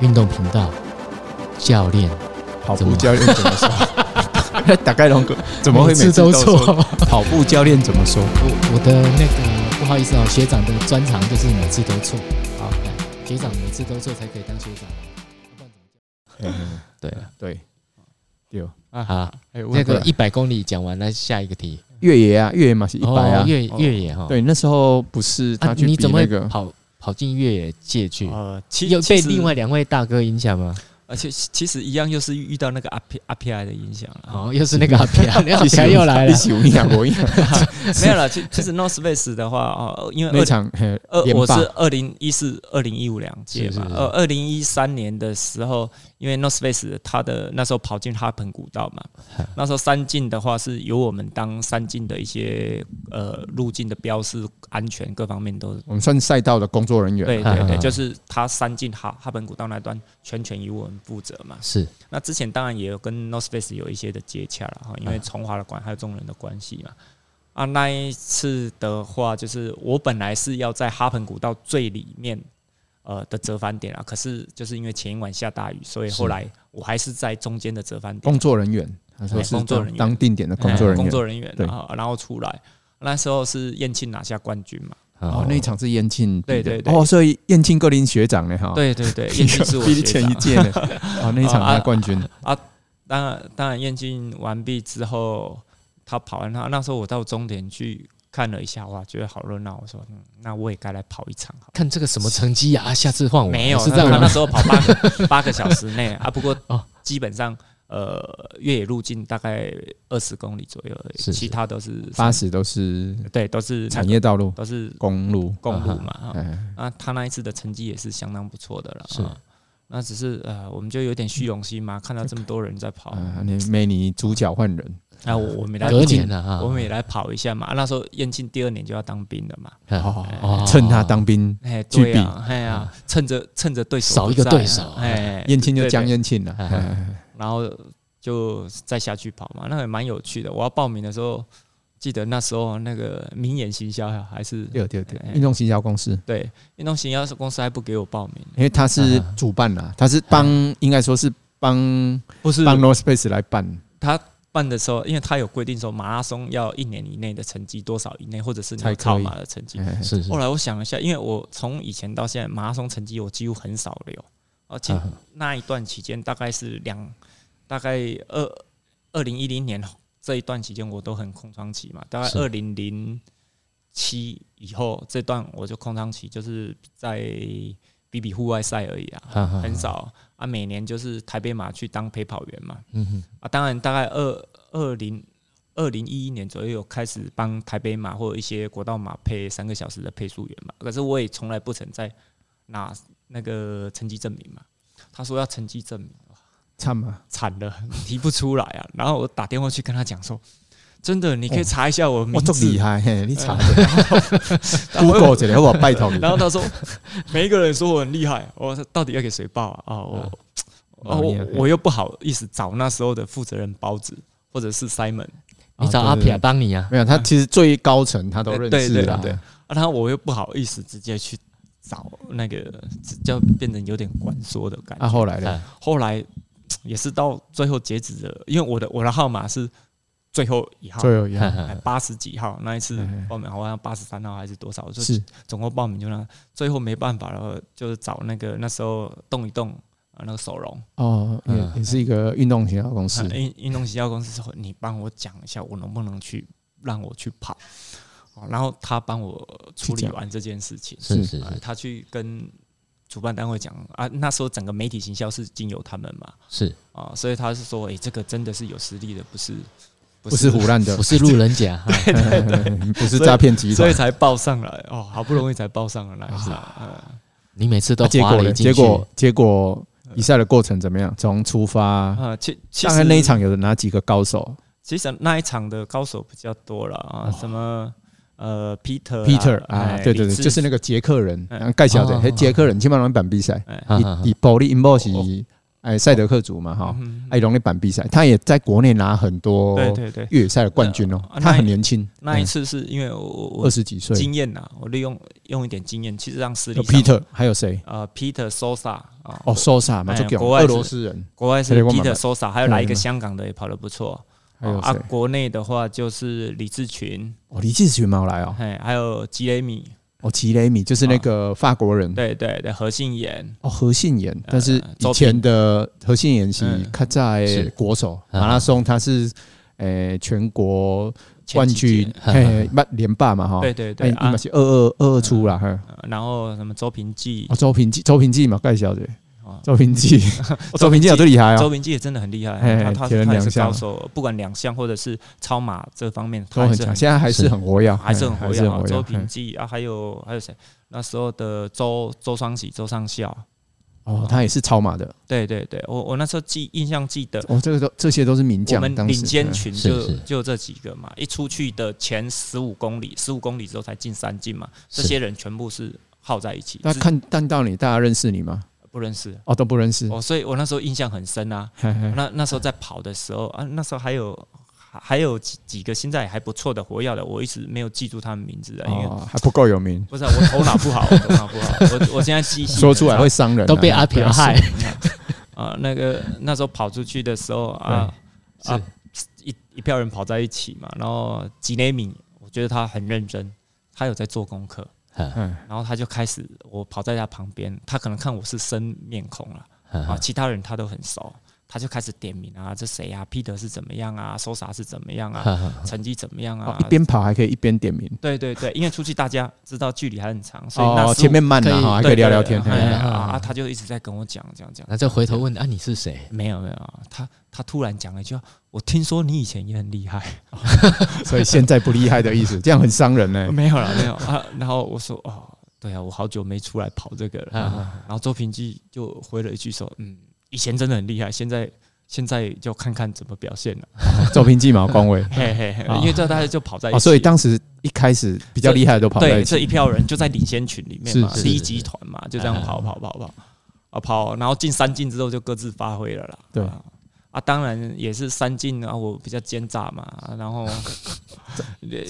运动频道教练，跑怎么步教练怎么说？ 打开龙哥怎么会每次次都错？错？跑步教练怎么说？我我的那个不好意思哦，学长的专长就是每次都错。好，来学长每次都错才可以当学长。对了， 对，对啊，好，还有那问个过来一百公里讲完了，下一个题。越野啊，越野嘛是一百啊哦，越哦越野哈。对，那时候不是啊，他去你比怎么那会 个，哦跑跑进越野界去？嗯呃，其有被其实另外两位大哥影响吗？而且其实一样，又是遇到那个 R P R P I 的影响 啊了。哦，又是那个阿皮啊，那 阿皮啊又来了一。起无恙我一样。没有了，其其实 North Face 的话，哦，因为那二场嘿二连我是霸二零一四、二零一五两届是嘛是，是呃，二零一三年的时候，因为 North Face 它的那时候跑进哈盆古道嘛，那时候三进的话是由我们当三进的一些呃路径的标识、安全各方面都我们算赛道的工作人员，对啊对啊对，就是它三进哈哈本古道那段全权由我们负责嘛。是那之前当然也有跟 North Face 有一些的接洽了哈，因为啊嗯从华的关还有众人的关系嘛。啊，那一次的话，就是我本来是要在哈盆古道最里面呃的折返点啊，可是就是因为前一晚下大雨，所以是后来我还是在中间的折返点工作人员，他说对是工作人员当定点的工哎作人员。工作人员对啊，然后出来。那时候是燕庆拿下冠军嘛？哦，那一场是燕庆比的，对对对哦，所以燕庆各林学长呢，哈，对对 对，比，燕庆是我啊比学前长一。届呢，哦，那一场拿冠军，当然，当然，验证完毕之后，他跑完他那时候我到终点去看了一下，哇，觉得好热闹。我说，嗯，那我也该来跑一场好了。看这个什么成绩啊？啊下次换我没有，是这他样他那吗？时候跑八个 八个小时内啊，不过哦基本上呃越野路径大概二十公里左右而已，是是其他都是八，十都是对，都是那个产业道路、都是公路，公路嘛。啊哎，啊，他那一次的成绩也是相当不错的了。是哦啊那只是呃，我们就有点虚荣心嘛，看到这么多人在跑，啊，你美女主角换人，啊，我我没来嗯隔不及年了啊我，们也来跑一下嘛。啊那时候燕庆第二年就要当兵了嘛，哦哦，趁他当兵，哎，去对啊，哎呀、趁着趁着对手少一个不在啊对手哎，燕庆就江对，啊燕庆了，对对哎对然后就再下去跑嘛，那也蛮有趣的。我要报名的时候，记得那时候那个明眼行销还是对对对，哎运动行销公司，对运动行销公司还不给我报名，因为他啊是主办啦，他是帮，应该说是帮不啊是帮 North Space 来办，他办的时候，因为他有规定说马拉松要一年以内的成绩多少以内，或者是你才要可超以马的成绩，哎是是后来我想了一下，因为我从以前到现在马拉松成绩我几乎很少留，而且啊那一段期间大概是两，大概二二零一零年这一段期间我都很空窗期嘛，大概是二零零七以后这段我就空窗期，就是在比比户外赛而已啊，哈哈很少啊，每年就是台北马去当陪跑员嘛，嗯哼啊，当然大概二二零二零一一年左右有开始帮台北马或者一些国道马配三个小时的配速员嘛，可是我也从来不曾在拿那个成绩证明嘛。他说要成绩证明，惨啊嘛，惨了， 提不出来啊。然后我打电话去跟他讲说，真的，你可以查一下我的名哇，哦这么字。厉害，嘿，你 惨呃然后，Google 这里我拜托你，然后他说， 每一个人说我很厉害，我说到底要给谁报啊？啊，我啊啊老我聂我又不好意思找那时候的负责人包子或者是 Simon，你找啊阿对对皮啊对帮你啊，没有，他其实最高层他都对认对识对啦，对啊，然后我又不好意思直接去找那个，就变成有点管缩的感觉。啊，后来呢？啊后来也是到最后截止的，因为我的我的号码是最后一号，最后一哈样哈八十几号那一次哎哎报名，好像八十三号还是多少，我就是总共报名就那，最后没办法了，就是找那个那时候动一动啊那个手荣哦，嗯也也是一个运动型号公司啊，运运动行销公司说，你帮我讲一下，我能不能去让我去跑。哦然后他帮我处去理讲完这件事情，是是呃是他去跟主办单位讲啊，那时候整个媒体行销是经由他们嘛，是，啊，所以他是说，哎、这个真的是有实力的，不是不不是胡乱的不，是路人甲哈， 不是诈骗集所以团。才报上来哦，好不容易才报上来那一次啊，你每次都啊结滑果了呢？进去结果结果比赛的过程怎么样？从出发嗯，啊，其其大实概那一，场有哪几个高手其实那一场的高手比较多了啊，什么呃，Peter 啊哦？Peter 啊，对对对，就是。哎李志那个捷克人，啊哎然后盖小姐，哦啊嘿捷克人去慢慢办比赛，哎哈以哈哈以保利 inbox 哦哎，赛德克族嘛哈，嗯艾隆的板比赛，他也在国内拿很多对对对，越野赛的冠军哦呃，那他很年轻，哎那一次是因为我我二我十几岁经验呐，我利用用一点经验，其实让实有力上，Peter 还有谁？呃 Peter Sosa 啊，哦，s o s a 嘛，哎就给国外俄是罗斯人，国外是这个我慢 Peter 慢 Sosa，还有来一嗯个香港的也跑得不错。还有啊谁，？国内的话就是李志群，哦，李志群嘛有来哦，嘿，还有吉雷米，哦，齐雷米啊就是那个法国人，对对对，何信言，哦，何信言，但是以周前平的何信言是呃嗯他在是国手嗯马拉松，他是呃全国前冠几军届，嗯嘿，那连霸嘛哈，对对对哎，你啊们，是二二二二出啦，哈，呃然后什么周平记哦，，周平记，周平记嘛，盖小姐哦，周平记，哦 周平记有最厉害周啊，平记也真的很厉害嘿，嘿他他铁人他也两是项高手，不管两项或者是超马这方面，都他很还是强，很现在还是是很活跃，哎还是很活跃啊。嘿周平嘿记啊，还有还有谁？那时候的周周双喜、周上校，哦，他也是超马的，对对对，我我那时候记印象记得，哦，这个都这些都是名我将，们当时领先嗯群是就是就这几个嘛，一出去的前十五公里，十五公里之后才进三进嘛，这是些人全部是耗在一起，那是看看到你，大家认识你吗？不认识。哦，都不认识，哦，所以我那时候印象很深啊。嘿嘿那那时候在跑的时候啊，那时候还有还还有几几个现在还不错的活跃的，我一直没有记住他们名字啊，因为哦，还不够有名，不是啊我头脑不好，我头脑不好，我我现 在记性说出来会伤人啊，都被阿朴害。啊、那个那时候跑出去的时候啊对啊，一一票人跑在一起嘛，然后吉雷米，我觉得他很认真，他有在做功课，嗯，然后他就开始我跑在他旁边，他可能看我是生面孔了啊，其他人他都很熟，他就开始点名啊，这谁啊，Peter 是怎么样啊，搜查是怎么样啊，成绩怎么样哦啊，，一边跑还可以一边点名，对对对，因为出去大家知道距离还很长，所以那哦， 15前面慢了哈，还可以对聊对聊天，对嘿哎嘿啊嗯啊，他就一直在跟我讲讲讲。那再回头问啊，你是谁？没有没有啊，他他突然讲了一句话，我听说你以前也很厉害，所以现在不厉害的意思， 这样很伤人呢。 没有 了没有啊。然后我说哦，对啊，我好久没出来跑这个了。 啊然后周平基就回了一句说，嗯，以前真的很厉害，现在现在就看看怎么表现 了。周平记嘛，光 伟嘿嘿嘿啊，因为这大家就跑在一起，哦，所以当时一开始比较厉害的都跑在对一起，这一票人就在领先群里面是嘛，是嗯第一集团嘛，就这样跑跑跑跑啊跑，然后进三进之后就各自发挥了啦。对啊。啊，当然也是三进啊，我比较奸诈嘛，啊 然后呃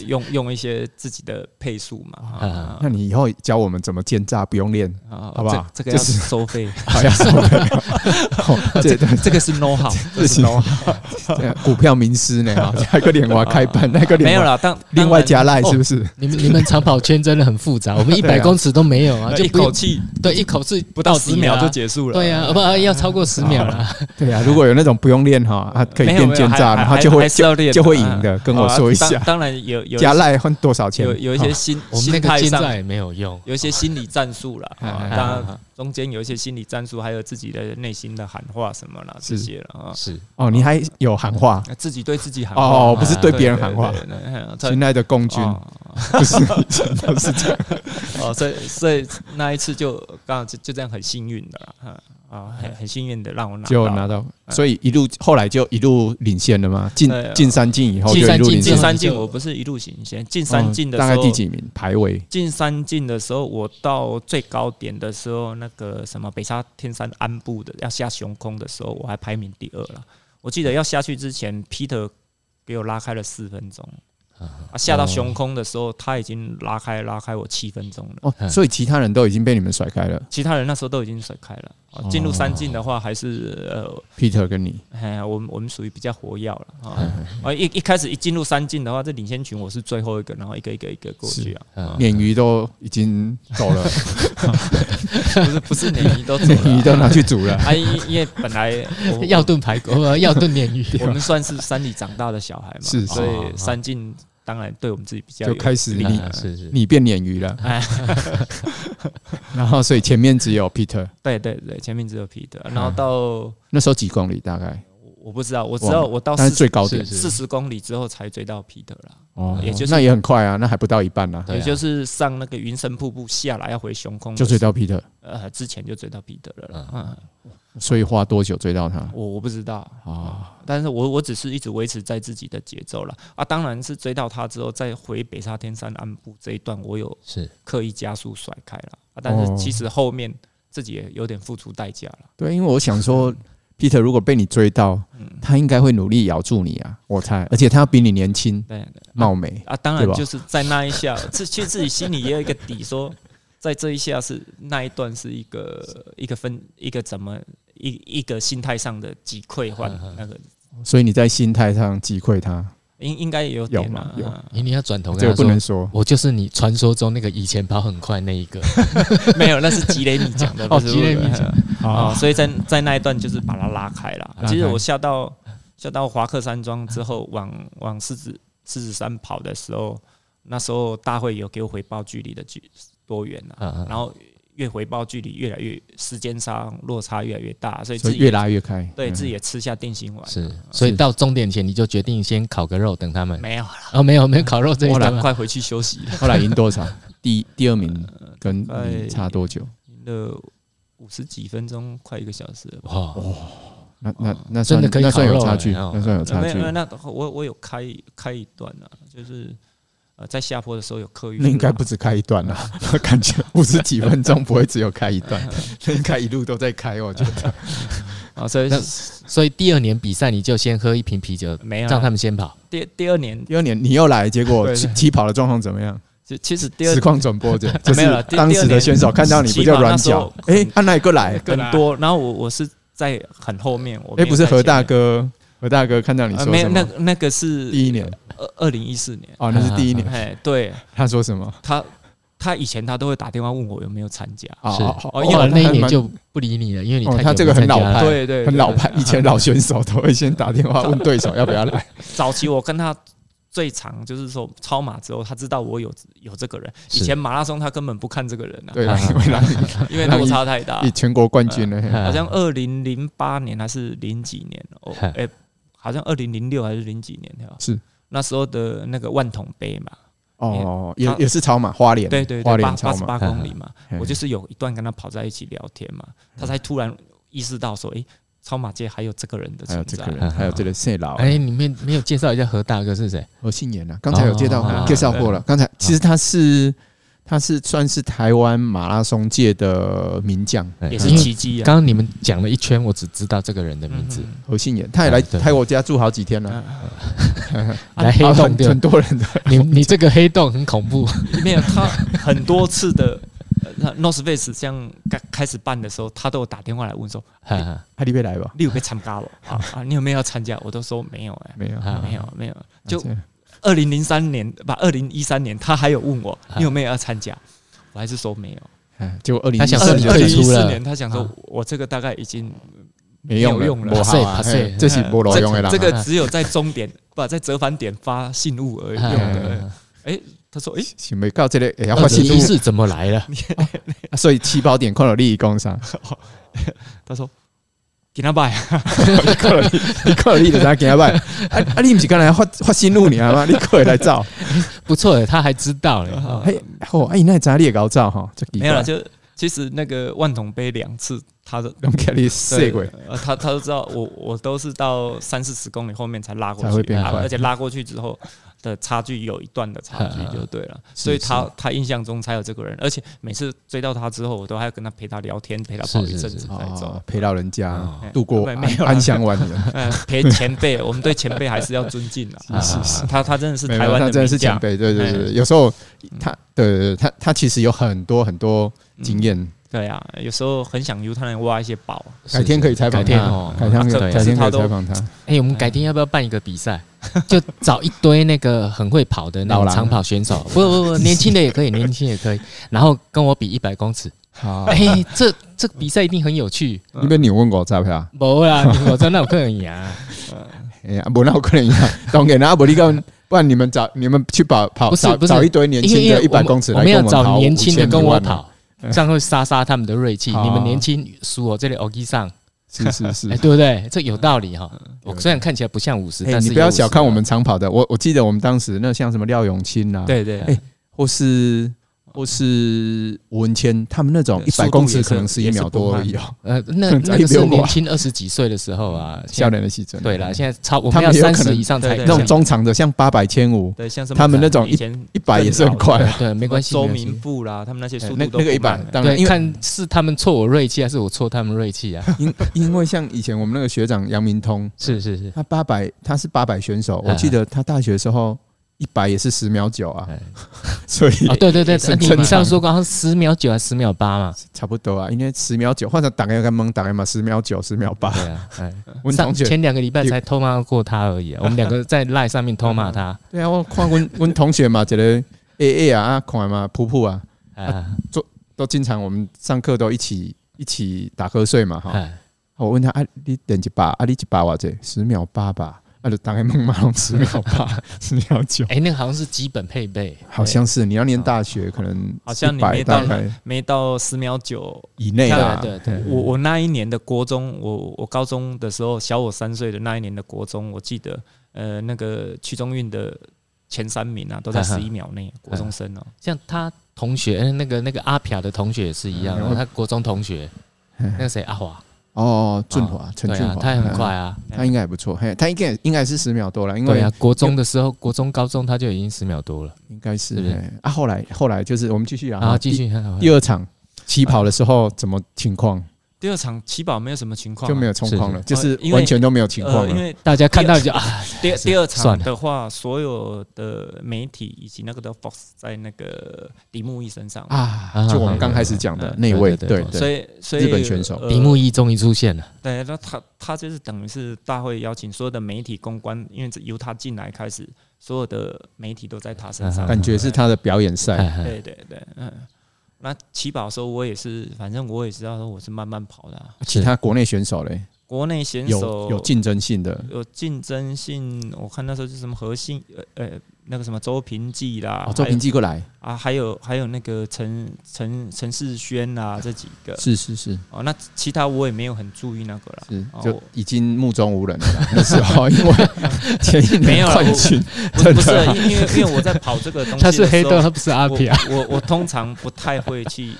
用用一些自己的配速嘛，啊那你以后教我们怎么奸诈，不用 练，啊，嗯好不好这这个就要是收费，好像是哦 这段 这个是 no 好， 这是 no 好， 这股票名师 呢，哈，还有个脸娃开办，那个没脸有娃啦，当哦另外加赖是是？不是？你们你们长跑圈真的很复杂，我们一对百啊公尺都没有啊，哦就一不口气对一口是不到底十秒啦就结束了，对啊，呃不要超过十秒了。对啊，如果有那种不用练哈，他可以没有变没有奸还诈，还然后还就会还是要练就会啊赢的跟好我啊说一当下当然有有一加赖换多少钱有？有一些哦心我们那心个态现上在也没有用，有一些心理战术 啦，哎啊哎当然中间有一些心理战术，还有自己的内心的喊话什么啦，这是些了啊，是哦，你还有喊话自己对自己喊话哦，不是对对别人喊话，对对对对对亲爱的共军哦 不是以前都是这样。哦，所以所以那一次就刚好就就这样很幸运的啦，啊啊，很很幸运的让我拿就到哎拿到，所以一路后来就一路领先了嘛，进对啊进三进以后就进一三路进领之先进后。三进，就我不是一路行先进哦三进的大时概候第几名？排位进山进的时候，我到最高点的时候，那个什么北沙天山安部的要下雄空的时候，我还排名第二了。我记得要下去之前，Peter 给我拉开了四分钟。啊，下到雄空的时候，他已经拉开拉开我七分钟了。哦，嗯所以其他人都已经被你们甩开了其他人那时候都已经甩开了。啊进入三进的话，还是呃， ，Peter 跟你，哎呀，我们我们属于比较活跃了啊。 啊，一一开始一进入三进的话，这领先群我是最后一个，然后一个一个一个过去啊。嗯鲶鱼都已经走 了，不是不是，鲶鱼都走嗯了啊 鲶鱼都拿去煮了， 啊，因因为本来 我要炖排骨，呃要炖鲶鱼。我们算是山里长大的小孩嘛，是是啊所哦以山进当然对我们自己比较就有开始利益你啊是是你变鲶鱼了哎， 然后所以前面只有 Peter，对对对，前面只有 Peter，然啊后到我那时候几公里大概，我不知道，我知忘道了我到但是最哦四高点是四十公里之后才追到 Peter 啦，哦也就是那也很快啊，那还不到一半呢，对啊也就是上那个云神瀑布下来要回雄空的时就候，追到啊 Peter，呃之前就追到 Peter 了啦，嗯，所以花多久追到他？我我不知道，哦，但是我我只是一直维持在自己的节奏了啊，当然是追到他之后再回北沙天山安部这一段，我有是刻意加速甩开了、啊，但是哦其实后面自己也有点付出代价了。对，因为我想说， Peter 如果被你追到，嗯他应该会努力咬住你啊，我猜。而且他比你年轻对貌美，啊，当对然吧就是在那一下， 自其实自己心里也有一个底说在这一下是那一段是一个一个分一个怎么一一个心态上的击溃换嗯嗯那个所以你在心态上击溃他，应应该也有有点吗嘛，有嗯你你要转头这跟个他不说能，说。我就是你传说中那个以前跑很快那一 个。啊没有，那是吉雷米讲的，哦不是吉雷米我讲啊，所以在在那一段就是把它拉开了拉。开其实我下到下到华克山庄之后，往往狮子狮子山跑的时候，那时候大会有给我回报距离的距多远啊，嗯然后越回报距离越来越时间上落差越来越大，所以所自以己越拉越开，对嗯自己也吃下定心丸。是，所以啊是到终点前你就决定先烤个肉等他们。没有了，哦，没有啊没有烤肉这一我段赶吗，快回去休息了。后来赢多少？第第二名跟呃你差多久？赢了五十几分钟，快一个小时了吧。哦，那那那算真的可以那算有烤肉差距，哎哦那算有差哎呃没有距没。有，那我我有开开一段啊，就是呃在下坡的时候有刻意，那应该不止开一段啦， 感觉五十几分钟不会只有开一 段，那应该一路都在开，我觉得。啊，所以那所以第二年比赛你就先喝一瓶啤酒，哦没有让啦。他们先跑。第第二年，第二年你又来，结果对起对起跑的状况怎么样？其其实第二实况转播的， 就没有了是第当时的选手看到你不就软脚？第二哎年，按哪一个来？很多，然后我我是在很后面，我没哎，有不是在前何大面，哥，何大哥看到你呃说没有什那么？个那个是第一年二二零一四年，哦，那是第一年，哎，对他说什么？他他以前他都会打电话问我有没有参加，哦是哦哦后来那一他年蛮就不理你了，因为你哦太他久这个没很参老加了派对对，很对啊老牌，以前老选手都会先打电话问对手要不要来。早期我跟他最长就是说超马之后，他知道我有有这个人，以是前马拉松他根本不看这个人啊，对啊啦， 因为让你因为落差太大以，全国冠军呢，嘿好像二零零八年还是零几年哦，嗯哎、好像二零零六还是零几年对吧是那时候的那个万桶杯嘛，哦，也他也是超马花莲，啊对对花对，八莲八超嗯十马，八公里嘛，嘿我就是有一段跟他跑在一起聊天嘛，嗯他才突然意识到说，哎、超马界还有这个人的还有这存在个。人，还有啊这个啊谢老，哎，你们没有介绍一下何大哥是谁？何信言啊，刚才有介哦哦哦绍介绍过了。刚才其实他是他是算是台湾马拉松界的名将，哎也是因为奇迹啊！刚刚你们讲了一圈，我只知道这个人的名字。嗯何信言，哦他也来哎对来我家住好几天啊了，来黑好洞啊很对吧很多人的。你你这个黑洞很恐怖， 里面有他很多次的 呃那 North Face 这样刚开始办的时候，他都有打电话来问说 哈哈海利贝来吧？你有没有参加了啊啊，你有没有要参加？我都说 没有哎、没有，啊没有没有，就这样二零零三年吧，二零一三年他还有问我啊你有没有要参加，我还是说没有。哎，结果二零他想二说你零退二零出一四了年他想说啊我这个大概已经没用没有用了不好啊怕死怕死嘿这是没路用的啦。这个啊只有在终点不在折返点发信物而已哈用哈的。哈他说哎，想没到这个也要二发零现一四怎么来了？所以起跑点看到利益工伤，他说给他拜你看到你你 看到利益就知道行歹。啊啊，你不是刚才发发新路你啊吗？你过来照。不错，欸他还知道哦嘞。啊哎，好，哎，那咱你也搞照哈，这 没有了，就其实那个万桶杯两次他的。让给你射过对。呃，他他都知道我，我都是到三四十公里后面才拉过去，才会变啊快而且拉过去之后的差距有一段的差 距就对了，是所以他他印象中才有这个人，而且每次追到他之后，我都还要跟他陪他聊天，陪他跑一阵是是子是再走哦，，陪老人家哦度过没安没有啦安享晚年。呃，陪前辈，我们对前辈还是要尊敬 啊，是 是啊他他真的是没有台湾他的真的是名将前辈，对对哎对，有时候嗯他，对对对，他他其实有很多很多经，验，嗯对啊，有时候很想由他人挖一些宝，啊改天可以采访改天他哦，改天可啊可以改天可可是他以都采访他， 哎、我们改天要不要办一个比赛？就找一堆那个很会跑的那老种狼长跑选手，不不 不，年轻的也可以，年轻也可以，然后跟我比一百公尺。好哎、，这这个比赛一定很有趣。你被你问过诈票？没啦，我真的有可能赢啊！哎呀，不，那我可能一样，当然啦，不，你讲，不然你们找你们去跑跑不是找不是找一堆 年因为轻因的，为一百我们公尺我来们跟要们找跑年轻的5000跟我米万啊跑， 这样会杀杀他们的锐气。好你们年轻输我这里 OG 上，米，是是哎、是。对不对？这有道理哈。有我虽然看起来不像五十，哎，但是你不要有50小啊看我们长跑的，我我记得我们当时那像什么廖永清啊，对对哎或是或是吴文谦他们那种一速百度公尺也是可能是一也是秒不多而慢已哦。呃，那 在啊那个是溜年滑轻二十几岁的时候啊，现笑在嗯脸的戏真对啦，现在超我他们要们也有可三能十以上才对那对种对中长的，像八百、千五，对，像什么他们那种以前一百也是很快啊。对，没关系，周没关系明步啦，他们那些速哎那度都那个一不慢百了当然，对，因为看是他们挫我锐气，还是我挫他们锐气啊？ 因因为像以前我们那个学长杨明通，是是是，他八百他是八百选手，嗯啊我记得他大学的时候一百也是十秒九啊哎，所以啊，对对对，是啊你正你上常次说过，好像十秒九还是十秒八 嘛？差不多啊，因为十秒九换成打开跟蒙打开嘛，十秒九十秒 八。对啊，哎，温上同学前两个礼拜才偷骂过他而已、啊，我们两个在赖上面偷骂他。 对啊，我看温温同学嘛，觉得 A A 啊啊看嘛，噗噗啊，啊，都经常我们上课都一起一起打瞌睡嘛哈。哎我问他啊，你点一把啊，你一把哇这十秒八吧，啊就打开梦马龙十秒八十秒九，哎，那个好像是基本配备，好像是你要念大学可能好像你百没大到概没到十秒九。以内对啦。对对，我我那一年的国中，我我高中的时候，小我三岁的那一年的国中，我记得，呃，那个区中运的前三名啊，都在哈哈嗯十一秒内，国中生哦、像他同学，哎那个那个阿飘的同学也是一样啊，嗯他国中同学，那个谁阿华，哦，俊华，陈对俊啊华，，他也很嗯快，啊，他应该也不错，嘿，他应该应该是十秒多了，因对为啊，国中的时候，国中高中他就已经十秒多了，应该是对不对嘿啊，后来后来就是我们继续啊，然后继第续很好第二场起跑的时候怎么情况第二场起跑没有什么情况、就没有有冲况了，是就是是哦因为完全都没有情况啊呃，因了，为大家看到就啊，第是第二算场了的话，所有的媒体以及那个的 Fox 在那个李牧义身上，啊啊，就我们刚开始讲的那位，嗯对对对所对，以所以日本选手呃李木一终于出现了，对，那他他就是等于是大会邀请所有的媒体公关，因为由他进来开始，所有的媒体都在他身上，嗯感觉是啊他的表演赛，哎哎对。对对对，嗯。那起跑的时候，我也是，反正我也知道说我是慢慢跑的啊、其他国内选手嘞国内选手有有竞争性的，有竞争性，我看那时候是什么核心呃呃那个什么周平记啦，哦，周平寄过来，还有啊，还有还有那个陈陈陈世轩啦这几个是是是哦，那其他我也没有很注意那个 啦，是哦，就已经目中无人了啦， 那时候因为前一没年有啦冠军不是不是，因因为因为我在跑这个东西， 他是黑豆，他不是阿我皮啊，我我通常不太会去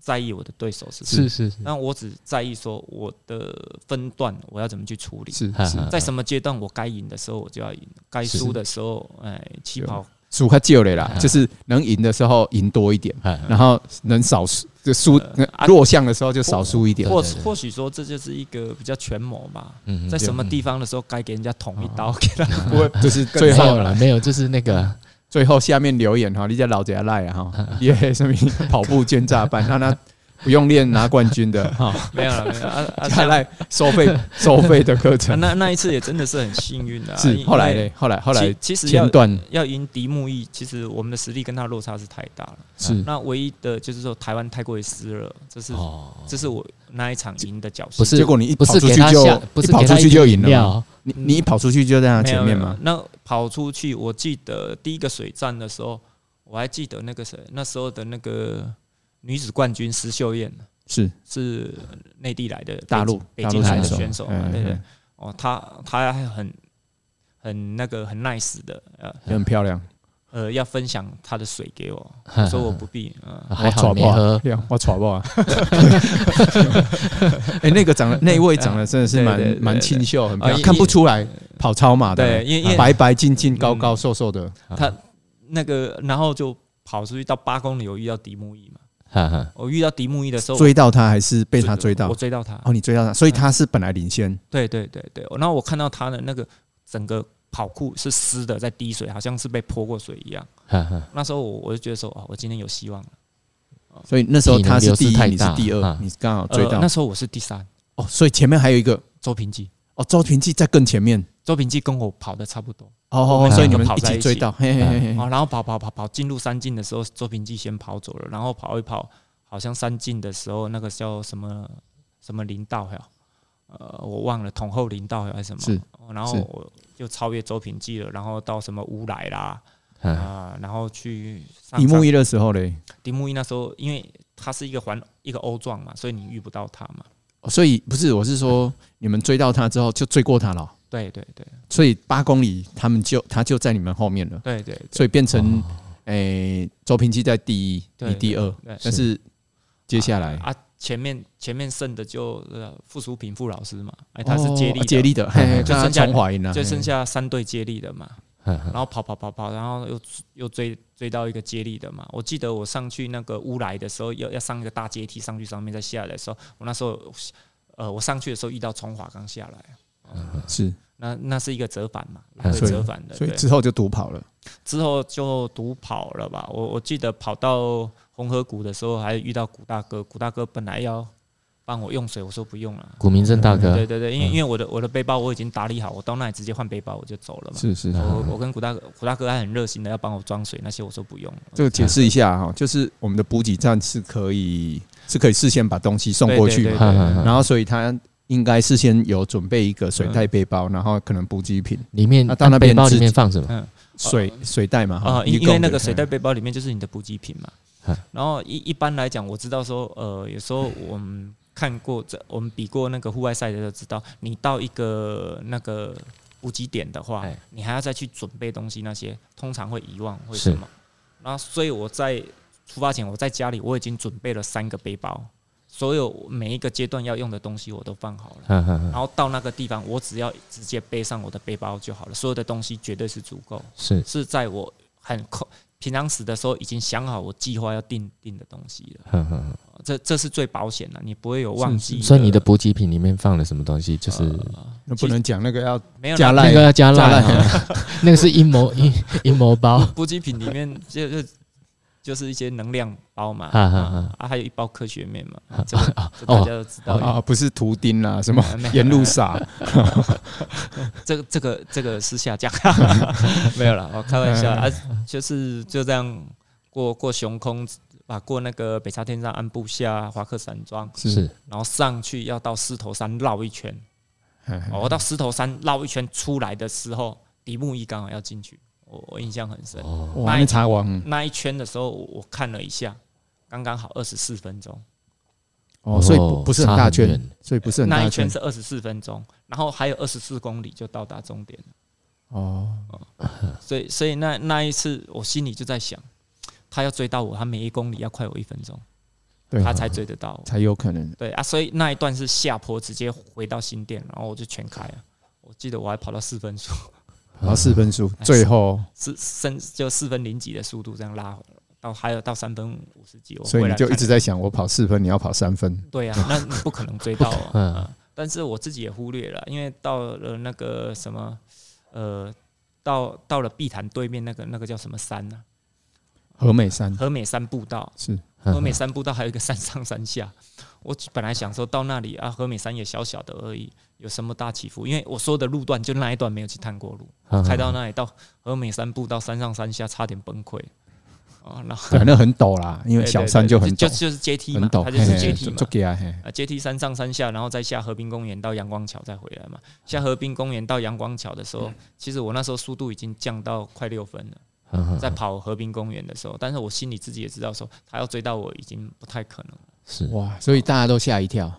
在意我的对手是谁， 是是是，那我只在意说我的分段我要怎么去处理，是哈是哈在什么阶段我该赢的时候我就要赢，该是输的时候，哎，起就跑输较久了啦啊，就是能赢的时候赢多一点，哎然后能少输就输呃啊弱项的时候就少输一点。或对对对或许说这就是一个比较权谋吧，嗯在什么地方的时候该给人家捅一哦刀，给 他不会，就是最最后后了，没有，就是那个最后下面留言哈，你在老家赖啊 哈，耶，什么跑步奸诈班，让他不用练拿冠军的哈，没有了没有了 啊啊下像来收费 收费的课啊程那那一次也真的是很幸运的啊，因是为后来嘞，后来后来其其实前要段要赢迪木易，其实我们的实力跟他落差是太大了。是那唯一的就是说台湾太过于湿了，这是、哦，这是我那一场赢的侥幸。不是嗯结果你一不跑是出给去他就下，不一是跑给出他去就赢了吗，料，你你一跑出去就在他没有前面没有嘛，那跑出去，我记得第一个水战的时候，我还记得那个谁，那时候的那个女子冠军施秀燕是啊是内地来的北大陆北大京陆来选的手选手嘛，嗯对对嗯。哦，她她还很很那个很 nice 的，呃也很漂亮，呃，要分享她的水给我，哈说我不必， 嗯、还好我没喘不喝，对啊，我喘不 啊。哎，那个长得那一位长得真的是对对蛮对蛮清秀，很漂啊亮，因看不出来跑超马对，的，啊因为因嗯为白白净净、高高瘦瘦的，他那个，然后就跑出去到八公里，有遇到迪木伊嘛？哈哈，我遇到迪木伊的时候，追到他还是被他追到我？追嗯到他。哦，你追到他，所以他是本来领先，对对对对，然后我看到他的那个整个跑酷是湿的，在滴水，好像是被泼过水一样。哈哈，那时候我我就觉得说，哦，我今天有希望了。所以那时候他是第体一，能流失你是太大第二啊，你刚好呃追到那。时候我是第三，哦，所以前面还有一个周平记，哦，周平记在更前面。周平记跟我跑的差不多。哦哦所以你们跑一在一起起追到，嘿嘿嘿嘿。哦，然后跑跑跑跑，进入三进的时候，周平记先跑走了，然后跑一跑，好像三进的时候那个叫什么什么林道呀，呃，我忘了统后林道还是什么，是哦然后是我就超越周平记了，然后到什么乌来啦哈哈啊、然后去上一山木一的时候嘞，迪木伊那时候，因为他是一个环一个欧壮嘛，所以你遇不到他嘛，哦所以不是，我是说你们追到他之后就追过他了哦。对对对所以八公里他们就他就在你们后面了，对对对所以变成哎、诶、周平期在第一，哦对你第二对对，但是接下来啊，前面前面剩的就呃傅淑平傅老师嘛，哎，他是接力哦接力，力的，嘿嘿就跟他剩下重华赢了，就剩嘿下三队接力的嘛，嗯然后跑跑跑跑，然后又又追追到一个接力的嘛。我记得我上去那个乌来的时候，要要上一个大阶梯上去上面，再下来的时候，我那时候呃我上去的时候遇到崇华刚下来，是，那那是一个折返嘛，来回嗯所以折返的，所以对之后就独跑了。之后就独跑了吧。我我记得跑到红河谷的时候，还遇到古大哥。古大哥本来要帮我用水，我说不用了。古明正大啊对哥，对对，因为嗯因为我的我的背包我已经打理好，我到那里直接换背包我就走了嘛。是是，我我跟古大哥，古大哥还很热心的要帮我装水那些，我说不用。这个解释一下哈，就是我们的补给站是可以是可以事先把东西送过去对对嘛，对对然后所以他应该事先有准备一个水袋背包，然后可能补给品、里面啊到那背边包自里己面放什么？水水袋嘛啊、哈，嗯因一因共为那的个水袋背包里面就是你的补给品嘛嗯。然后一一般来讲，我知道说，呃，有时候我们看过这，我们比过那个户外赛的就知道，你到一个那个补给点的话哎，你还要再去准备东西，那些通常会遗忘会是什么。然后，所以我在出发前，我在家里我已经准备了三个背包，所有每一个阶段要用的东西我都放好了。哈哈哈，然后到那个地方，我只要直接背上我的背包就好了，所有的东西绝对是足够。是是在我很空平常时的时候已经想好我计划要定定的东西了，哈哈哈。呃这这是最保险的，你不会有忘记所以你的补给品里面放了什么东西？就是呃那不能讲那个要没有加啦赖那个要加加辣，那个是阴谋阴阴谋包，补给品里面 就就就是一些能量包嘛，哈哈哈啊啊还有一包科学面嘛，这个这大哦家都知道，啊，不是图钉啦，什么 没有沿路撒，这个这个这个是 下降，没有啦，我开玩嗯笑啊，就是就这样过过雄空，把过那个北沙天上安部下华克山庄，是然后上去要到狮头山绕一圈。嘿嘿哦我到狮头山绕一圈出来的时候，迪木一刚好要进去，我我印象很深。哦，哇，那茶王那一圈的时候，我我看了一下，刚刚好二十四分钟。哦，所以不不是很差大很圈，远所以不是很那大一圈是二十四分钟，然后还有二十四公里就到达终点了。哦，所以，所以那那一次，我心里就在想，他要追到我，他每一公里要快我一分钟，对，啊他才追得到我。才有可能对啊，所以那一段是下坡，直接回到新店，然后我就全开了。我记得我还跑到四分速，然后四分数，哎最后四升就四分零几的速度这样拉回来到还有到三分五十几，我所以回你来就一看直在想，我跑四分，你要跑三分，对啊，那你不可能追到啊。嗯嗯但是我自己也忽略了，因为到了那个什么，呃，到到了碧潭对面那个那个叫什么山呢、和美 山和美山步道，是嗯和美山步道还有一个山上山下。我本来想说到那里啊，和美山也小小的而已，有什么大起伏？因为我说的路段就那一段没有去探过路，嗯开到那里到和美山步道山上山下，差点崩溃啊！然后对，那很陡啦，因为对小对山对就很就陡，就是阶梯很嘛，陡，它就是嘿阶嘿梯嘛就。给啊，嘿，啊，阶梯山上山下，然后再下河滨公园到阳光桥，再回来嘛。下河滨公园到阳光桥的时嗯候，其实我那时候速度已经降到快六分了，嗯嗯在跑河滨公园的时候，但是我心里自己也知道说，他要追到我已经不太可能了。是哇，所以大家都吓一跳，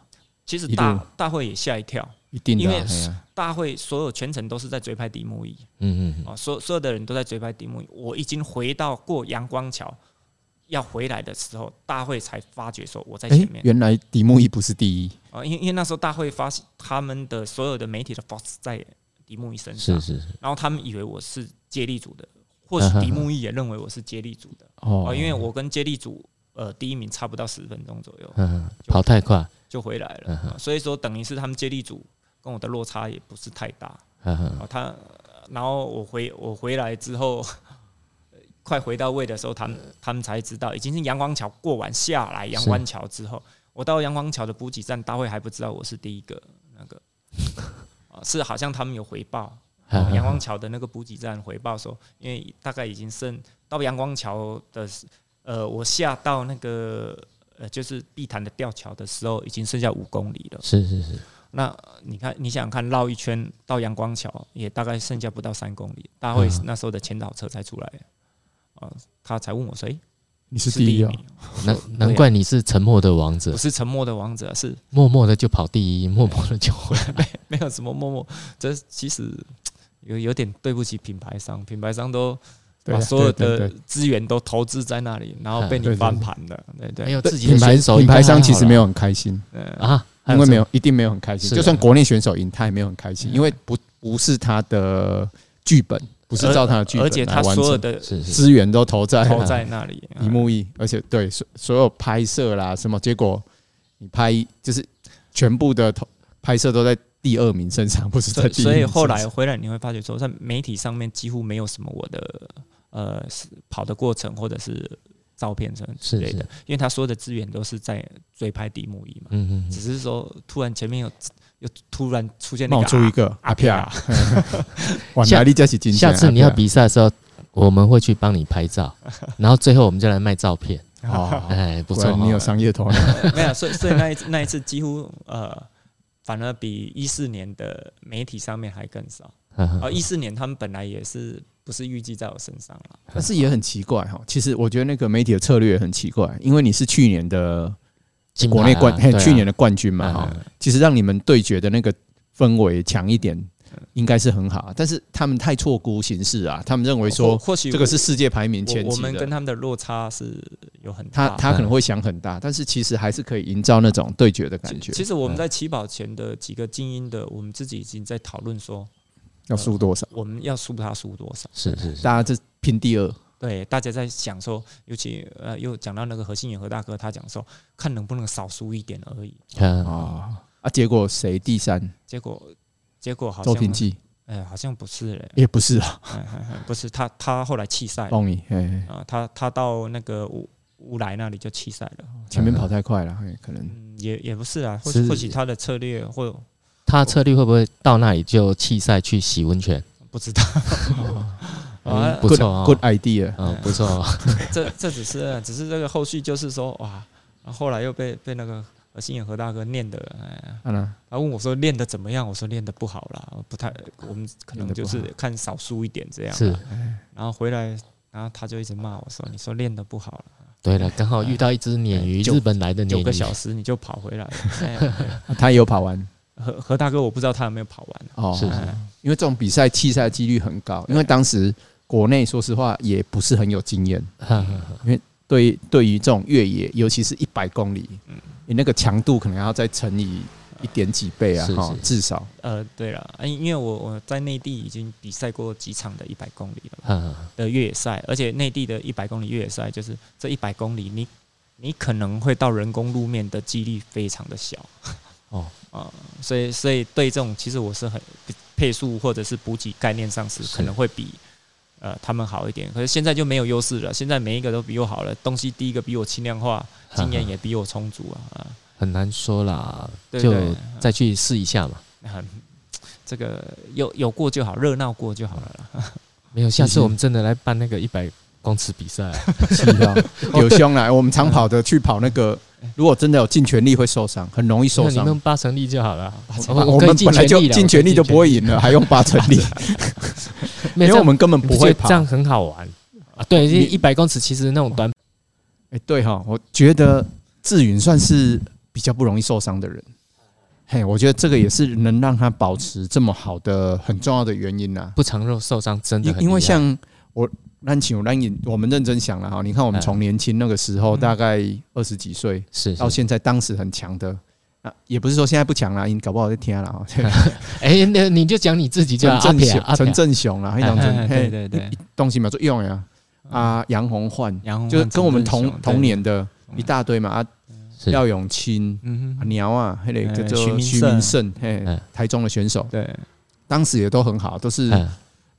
其实一大路大会也吓一跳，一定的因啊，为嘿啊大会所有全程都是在追拍迪木伊嗯嗯嗯啊，所所有的人都在追拍迪木伊。我已经回到过阳光桥要回来的时候，大会才发觉说我在前哎面，。原来迪木一不是第一，啊，因为因为那时候大会发现他们的所有的媒体的 focus 在迪木伊身是上，是是然后他们以为我是接力组的，或许迪木伊也认为我是接力组嗯的哦哦，因为我跟接力组呃第一名差不到十分钟左右嗯嗯跑太快，就回来了，啊所以说等于是他们接力组跟我的落差也不是太大嗯嗯哦，他然后我回我回来之后。快回到位的时候，他们他们才知道已经是阳光桥过完下来阳光桥之后，我到阳光桥的补给站，大会还不知道我是第一个那个，啊，是好像他们有回报，哦嗯嗯阳光桥的那个补给站回报说，因为大概已经剩到阳光桥的时，呃，我下到那个呃就是碧潭的吊桥的时候，已经剩下五公里了。是是是，那呃你看，你想想看，绕一圈到阳光桥也大概剩下不到三公里，大会嗯那时候的前导车才出来，啊、他才问我说，诶你是是第第一一哦，名，难对啊难怪你是沉默的王者不，是沉默的王者，啊是默默的就跑第一，默默的就回来。没有什么默默，这其实有有点对不起品牌商，品牌商都对啊把所有对对的对嗯资源都投资在那里，然后被你对对翻对盘了，对没对，有自己的品牌选手，品牌应该还商好其实啦没有很开心，嗯，啊，还因有这为种没有一定没有很开心，是就算啊国内选手赢，他也没有很开嗯心，因为不不是他的剧本，不是照他的剧本而且他啊来完所有成 的是是资源都投在 投在那里，一嗯幕一，而且对所所有拍摄啦什么，结果你拍就是全部的投拍摄都在第二名身上，不是在所以第一名所身以上。后来回来你会发觉说，在媒体上面几乎没有什么我的呃是跑的过程或者是照片什么之类是的，是因为他所有的资源都是在追拍第一幕一嘛，嗯嗯嗯只是说突然前面有有突然出现那冒个出一啊个阿屁啪， 哇，哪里加起啊金钱？下次你要阿啪比赛的时候，我们会去帮你拍照，然后最后我们就来卖照片。 哦，哎，不不错错，哦，你有商业头 脑， 没有，所以所以那一次那一次几乎呃，反而比一四年的媒体上面还更少。呵呵嗯而哦一四年他们本来也是不是预计在我身上了，但是也很奇怪哈。其实我觉得那个媒体的策略也很奇怪，因为你是去年的金牌啊国内冠，嘿对啊去年的冠军嘛嗯哦哈。其实让你们对决的那个氛围强一点，应该是很好。啊但是他们太错估形势啊，他们认为或说或许这个是世界排名前哦我我几们跟的，他们的落差是有很他啊大的。他可嗯能会想很大，但是其实还是可以营造那种对决的感觉嗯其。其实我们在起跑前的几个精英的，我们自己已经在讨论说，要输多少？我们要输他输多少。是是是，大家这拼第二，对，大家在想说，尤其呃，又讲到那个何信远何大哥，他讲说，看能不能少输一点而已。嗯啊啊！结果谁第三？结果结果好周像平记哎、好像不是嘞、也不是啊，哎哎哎不是他，他后来弃赛了帮你哎，啊，他他到那个乌乌来那里就弃赛了。前面跑太快了，嘿可能嗯，也也不是啊，或是或许他的策略或他策略会不会到那里就弃赛去洗温 泉？不知道嗯啊，不错哦 good idea。嗯，不错 哦，这这只是只是这个后续就是说哇，然后后来又被被那个呃何心眼何大哥念的，哎，啊呢，他问我说练的怎么样，我说练的不好啦，不太，我们可能练得就不好是看少输一点这样，是然后回来。然后他就一直骂我说：“你说练的不好了，对了，刚好遇到一只鲶鱼，九日本来的鲶九鱼，个小时你就跑回来了。 哎啊他也有跑完何何大哥，我不知道他有没有跑完。哦，是哎因为这种比赛弃赛几率很高，因为当时国内说实话也不是很有经验，呵呵呵对对于这种越野，尤其是一百公里，嗯你那个强度可能要再乘以一点几倍啊，是哈是，至少呃，对了，呃因为我我在内地已经比赛过几场的一百公里了呵呵的越野赛，而且内地的一百公里越野赛就是这一百公里你，你可能会到人工路面的几率非常的小哦啊、所以所以对这种其实我是很配速或者是补给概念上是是可能会比呃他们好一点，可是现在就没有优势了，现在每一个都比我好了，东西第一个比我轻量化，经验也比我充足啊啊，很难说啦，对不就对？嗯再去试一下嘛。很这个有有过就好，热闹过就好了啦。没有，下是次我们真的来办那个一百公尺比赛啊，气到有胸来。我们长跑的去跑 那个，如果真的有尽全力会受伤，很容易受那你伤们。八成力就好了啊。我可以们尽本来全就力了，尽全力就不会赢了，还用八成 力，没有，因为这我样们根本你不觉会得跑这。样很好玩啊。对，因为一百公尺其实那种短哎，对哈，我觉得志云算是比较不容易受伤的人。嘿，我觉得这个也是能让他保持这么好的很重要的原因呐、不常肉受伤真的因很厉害，因为像我让请让引，我们认真想了哈，你看我们从年轻那个时候，嗯大概二十几岁嗯是到是现在，当时很强的。啊，也不是说现在不强啦，你搞不好在听了哈。哎，那你就讲你自 己就好陈阿振撇雄啊，阿撇陈啊，振雄啦，那种真哎嘿对对对一一东西嘛作用呀。啊，杨洪焕然后就是跟我们同同，年的嗯一大堆嘛，啊，是廖永清、嗯啊，鸟啊，还有哎叫徐做明徐胜明胜，嘿嗯，台中的选手，对，当时也都很好，都是嗯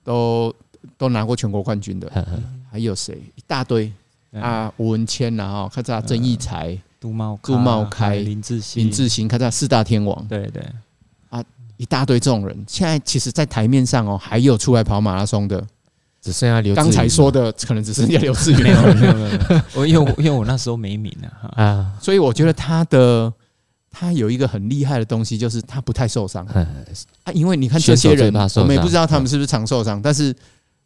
都都拿过全国冠军的。嗯嗯还有谁？一大堆啊，啊，吴文谦然后看这郑义才、杜茂杜茂开还有林志兴，林志行，看这四大天王，对对，一大堆这种人。现在其实，在台面上哦，还有出来跑马拉松的。只剩下刘志刚才啊宇说的，可能只剩下刘志 远没有了。没有没有， 我因为我因为我那时候没名啊，啊，所以我觉得他的他有一个很厉害的东西，就是他不太受伤嗯啊。因为你看这些选手最人，怕受伤我们也不知道他们是不是常受伤，但是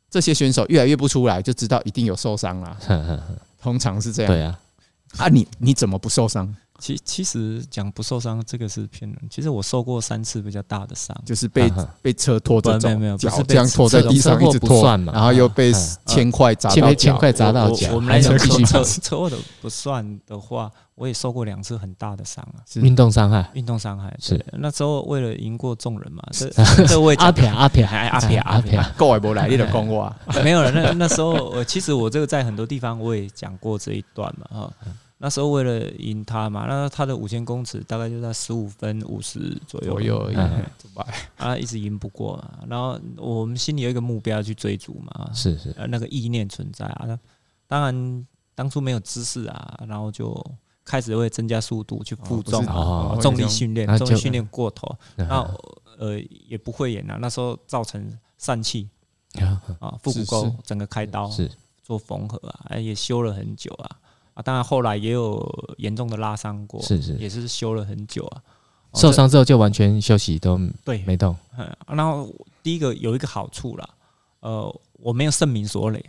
这些选手越来越不出来，就知道一定有受伤啦。嗯嗯嗯通常是这样对啊，啊。你你怎么不受伤？其其实讲不受伤这个是骗人，其实我受过三次比较大的伤，就是嗯被嗯啊哈被车拖着走，不没有没有脚不是这被样拖在地上车祸一直不拖算，嘛然后又被啊铅块砸前到面前脚，快砸到我脚，我们来还讲想继车续车跑车祸的不算的话，我也受过两次很大的伤啊，运动伤害运动伤害。是对那时候为了赢过众人嘛， 这这我也阿讲撇阿撇哎阿撇阿撇，够也不来，你的讲我啊， 没有了。那那时候我其实我这个在很多地方我也讲过这一段嘛哈。那时候为了赢他嘛，那他的五千公尺大概就在十五分五十左右左右而已嗯，怎么办啊，一直赢不过嘛。然后我们心里有一个目标去追逐嘛，是是，呃那个意念存在啊。那当然当初没有知识啊，然后就开始会增加速度去负重哦啊，哦重力训练那，就重力训练过头，那啊呃也不会演啊。那时候造成疝气啊啊，腹股是沟是整个开哦刀是做缝合啊，哎也修了很久啊。啊，当然后来也有严重的拉伤过，是是，也是修了很久啊。哦受这伤之后就完全休息都对没动，嗯，然后第一个有一个好处啦，呃，我没有盛名所累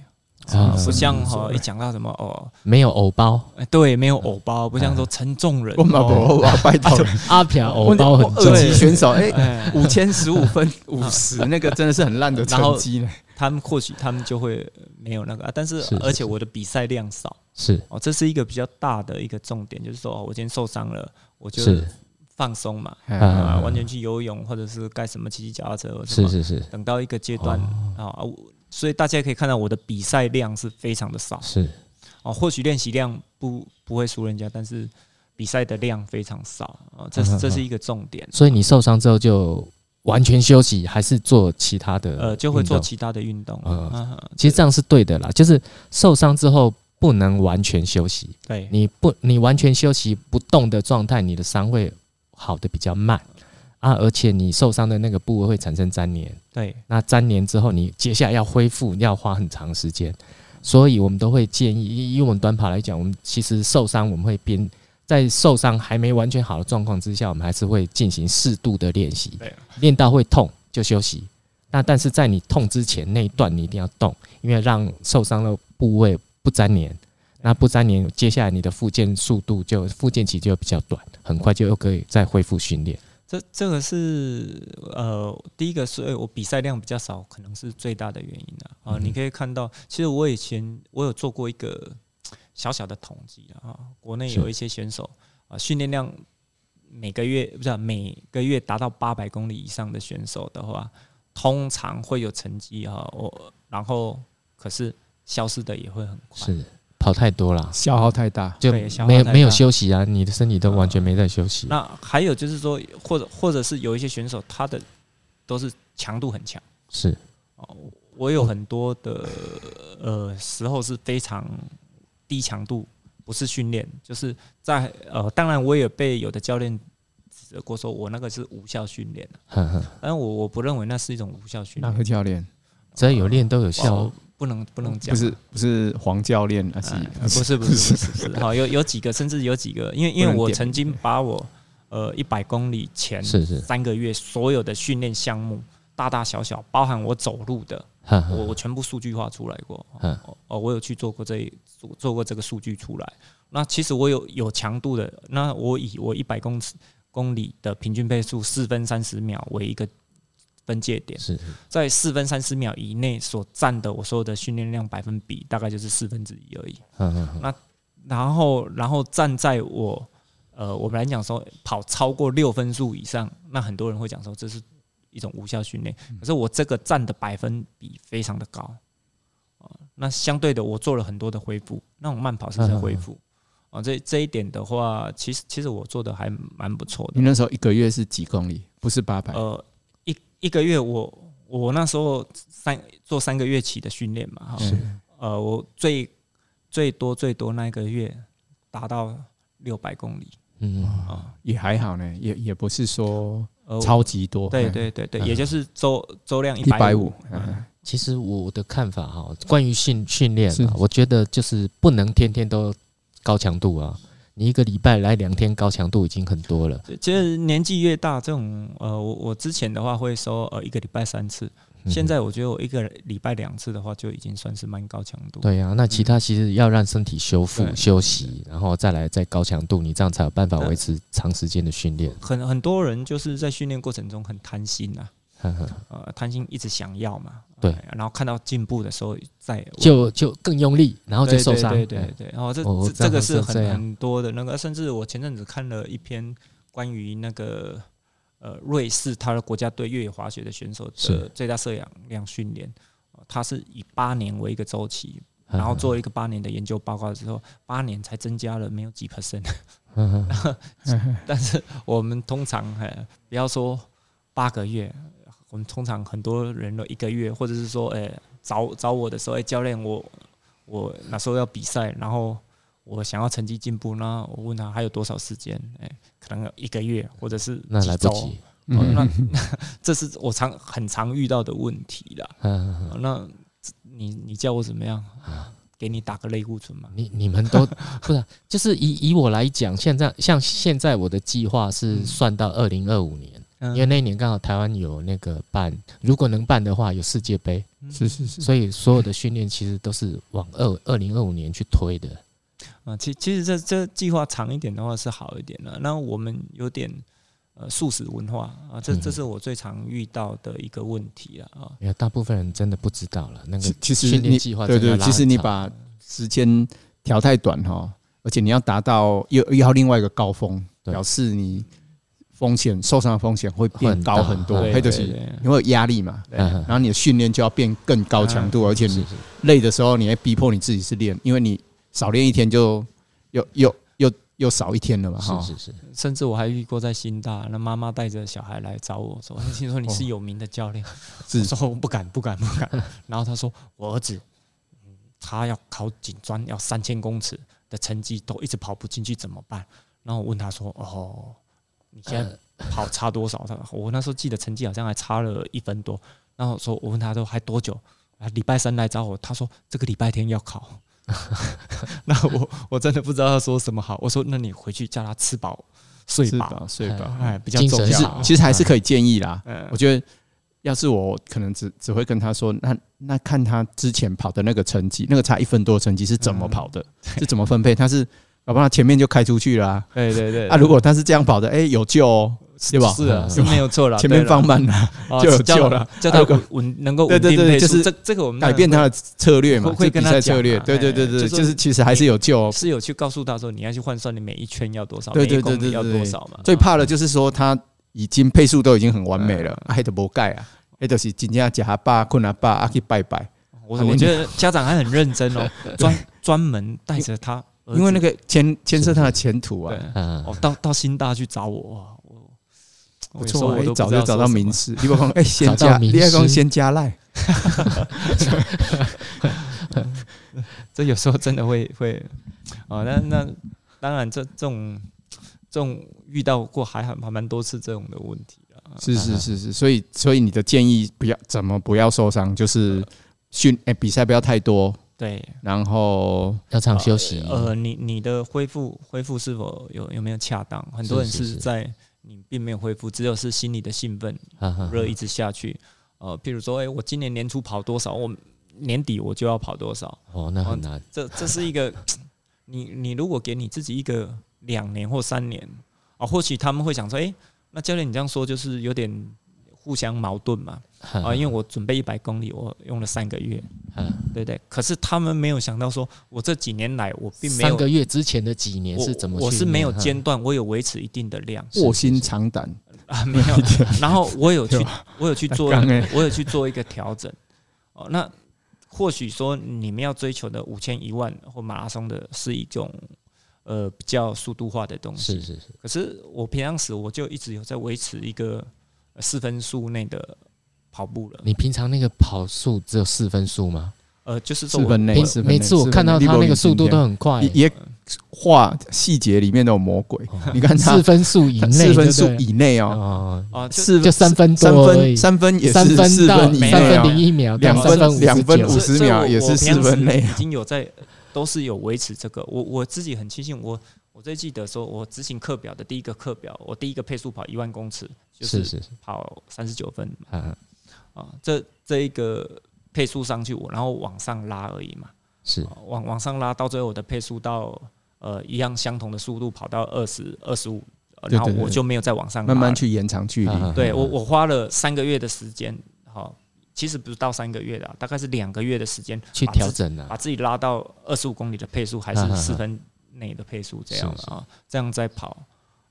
啊啊，不像所哈累一讲到什么哦，没有偶包，哎对，没有偶包，不像说沉重人 我，嘛哦不，我拜托，阿撇偶包很二重，级选手哎， 哎，五千十五分五十，那个真的是很烂的成绩呢。他们或许他们就会没有那个，啊但是是是而且我的比赛量少是哦，这是一个比较大的一个重点，就是说哦我今天受伤了，我就是放松嘛，哎啊啊，完全去游泳或者是干什么骑骑脚踏车，或者什是么是是哦等到一个阶段啊啊，我所以大家可以看到我的比赛量是非常的少。是哦，或许练习量不不会输人家，但是比赛的量非常少啊、哦，这嗯是这是一个重点。所以你受伤之后就完全休息，还是做其他的运动？呃，就会做其他的运动。呃啊其实这样是对的啦，就是受伤之后不能完全休息，对，你不你完全休息不动的状态，你的伤会好的比较慢啊，而且你受伤的那个部位会产生粘连，对，那粘连之后你接下来要恢复要花很长时间，所以我们都会建议，以以我们短跑来讲，我们其实受伤我们会边。在受伤还没完全好的状况之下，我们还是会进行适度的练习。对练到会痛就休息。那但是在你痛之前那一段你一定要动，因为让受伤的部位不粘连。那不粘连，接下来你的复健速度就复健期就比较短，很快就又可以再恢复训练。这这个是呃，第一个是我比赛量比较少，可能是最大的原因啊。啊、嗯你可以看到，其实我以前我有做过一个小小的统计啊，国内是有一些选手啊，训练量每个月不是啊、每个月达到八百公里以上的选手的话，通常会有成绩哈、啊。我然后可是消失的也会很快，是跑太多了，消耗太大，就对消耗没有太没有大休息啊，你的身体都完全没在休息。那还有就是说，或者或者是有一些选手他的都是强度很强。是哦，我有很多的呃时候是非常低强度，不是训练，就是在呃，当然我也被有的教练指责过，说我那个是无效训练，呵呵，但我我不认为那是一种无效训那练，个教练只要有练都有效哦哦。不能不能讲，不是不是黄教练，而是哎不是不是不是不是，好有有几个甚至有几个，因为因为不能我点曾经把我呃一百公里前是是，三个月所有的训练项目，大大小小，包含我走路的，呵呵我我全部数据化出来过，嗯哦哦，我有去做过这一做做过这个数据出来。那其实我有有强度的，那我以我一百公尺公里的平均配速四分三十秒为一个分界点，是在四分三十秒以内所占的我所有的训练量百分比大概就是四分之一而已。呵呵呵然后然后站在我呃，我们来讲说跑超过六分数以上，那很多人会讲说这是一种无效训练，可是我这个占的百分比非常的高啊、那相对的，我做了很多的恢复，那种慢跑是在恢复啊、这这一点的话，其实其实我做的还蛮不错你的。那时候一个月是几公里？不是八百，呃，一一个月我我那时候三做三个月起的训练嘛，哈、是呃，我最最多最多那一个月达到六百公里嗯，啊、也还好呢，也也不是说呃，超级多，哎对对对对，也就是周周量一一百五啊五，，其实我的看法哈，关于训训练是啊，我觉得就是不能天天都高强度啊。你一个礼拜来两天高强度已经很多了，其实年纪越大，这种呃，我我之前的话会收呃一个礼拜三次，嗯现在我觉得我一个礼拜两次的话，就已经算是蛮高强度。对啊，那其他其实要让身体修复、嗯对休息，然后再来再高强度，你这样才有办法维持长时间的训练。很很多人就是在训练过程中很贪心啊，呵呵呃，贪心一直想要嘛，对哎然后看到进步的时候再就就更用力，然后就对受伤。对对对哎对，然后这哦这这样这个是这很样很多的那个，甚至我前阵子看了一篇关于那个呃瑞士他的国家队越野滑雪的选手的是最大摄氧量训练，呃他是以八年为一个周期，嗯然后做了一个八年的研究报告之后，八年才增加了没有几 percent，呵呵 但是我们通常呃不要说八个月，我们通常很多人都一个月，或者是说，哎、找找我的时候，哎、教练，我我那时候要比赛，然后我想要成绩进步，那我问他还有多少时间？哎、可能有一个月，或者是那几来不周及。哦嗯 那这是我常很常遇到的问题啦。呵呵呵那你你叫我怎么样？啊给你打个类固醇嘛？你你们 都不是啊，就是以以我来讲，现在像现在我的计划是算到二零二五年，嗯因为那一年刚好台湾有那个办，如果能办的话有世界杯，嗯是是嗯是，所以所有的训练其实都是往二二零二五年去推的。啊，其其实这这计划长一点的话是好一点的。那我们有点呃素食文化啊，这嗯这是我最常遇到的一个问题了啊。因为大部分人真的不知道了那个其其实嗯训练你计划对真的对，拉其实很你长把时间调太短哈，而且你要达到又又要另外一个高峰，对表示你风险受伤的风险会变很大高很多，对还有就对是对因为有压力嘛，对嗯嗯然后你的训练就要变更高强度，而嗯且啊是你是累的时候，你会逼迫你自己是练，因为你少练一天就又又又又少一天了嘛，哈是，是是，嗯甚至我还遇过在新大，那妈妈带着小孩来找我说：“ 听说你哦是有名的教练。”是我说：“我不敢，不敢，不敢。”然后他说：“我儿子，嗯，他要考警专，要三千公尺的成绩都一直跑不进去，怎么办？”然后我问他说：“哦，你现在跑差多少？”他我那时候记得成绩好像还差了一分多。然后说我问他说还多久？啊，礼拜三来找我，他说这个礼拜天要考。那我我真的不知道他说什么好。我说那你回去叫他吃饱睡是饱，吧？睡吧。哎，比较精重神其实好要。其实还是可以建议啦。嗯我觉得要是我可能只只会跟他说，那那看他之前跑的那个成绩，那个差一分多的成绩是怎嗯么跑的，是怎么分配，他是搞不好前面就开出去啦、对对对啊。如果他是这样跑的，哎、有救哦，对吧？是啊，是没有错了，前面放慢了，哦就有救了，叫啊他如果稳稳能够对稳对定对配就速是这这个我们改变他的策略嘛，这会比跟他赛讲啊策略。对对对哎对，就说就是其实还是有救哦。是有去告诉他说你要去换算你每一圈要多少，对每一对公对对里要对多对少嘛。最怕的就是说他已经配速都已经很完美了，嗯还得不盖啊，还得是真正假爸困难爸啊去拜拜，哦我我觉得家长还很认真 哦，专专门带着他儿子，因为那个牵牵涉他的前途啊对。嗯，哦，到到新大去找我，哇我我不有时候错、啊，我一都早不知就道找说到什么名师。你 不讲，哎，先找加，到名你师要讲先加赖， 这有时候真的会会啊、那那当然这这种这种遇到过还还还蛮多次这种的问题啊。是是是是，所以所以你的建议不要怎么不要受伤，就是训哎比赛不要太多，对，然后要常休息。呃，你你的恢复恢复是否有有没有恰当？很多人是是是是在你并没有恢复，只有是心里的兴奋哈哈热一直下去。呃，譬如说，哎、我今年年初跑多少，我年底我就要跑多少，哦，那很难。这这是 一个，你你如果给你自己一个两年或三年啊，或许他们会想说，诶，哎那教练你这样说就是有点互相矛盾嘛啊，因为我准备一百公里，我用了三个月，嗯对不对？可是他们没有想到说，我这几年来我并没三有个月之前的几年我是怎么训练？嗯我是没有哈间断，我有维持一定的量是卧薪尝胆，啊，没有。然后我有去，我有去做刚欸，我有去做一个调整。哦，那或许说你们要追求的五千、一万或马拉松的是一种呃比较速度化的东是西。是是，可是我平常时我就一直有在维持一个呃四分数内的跑步了。你平常那个跑速只有四分速吗？呃，就是说四我分内平。四分内每次我四分内看到你他不那个领速度先都很快也，也画细节里面的魔鬼哦，你看 他四分速以内，四分数对不对以内哦，哦，啊，就四就三分三多而分已三分也三是分四到分以没三有内分哦零，一秒，两分分59两分所以50所以秒我也是我平常4分内啊已经有在都是有维持这个。我我自己很庆幸，我我最记得说，我执行课表的第一个课表，我第一个配速跑一万公尺，就是是是是嗯跑三十九分。啊，啊，这这一个配速上去，我然后往上拉而已嘛，是哦啊往往上拉到最后我的配速到呃一样相同的速度跑到二十二十五，呃对然后对对我就没有再往上拉慢慢了去嗯延长距离。啊对我，我花了三个月的时间，好，其实不是到三个月的啊、大概是两个月的时间去把调自己整啊把，自己拉到二十五公里的配速，还是啊啊啊四分内的配速这样是是啊，这样再跑，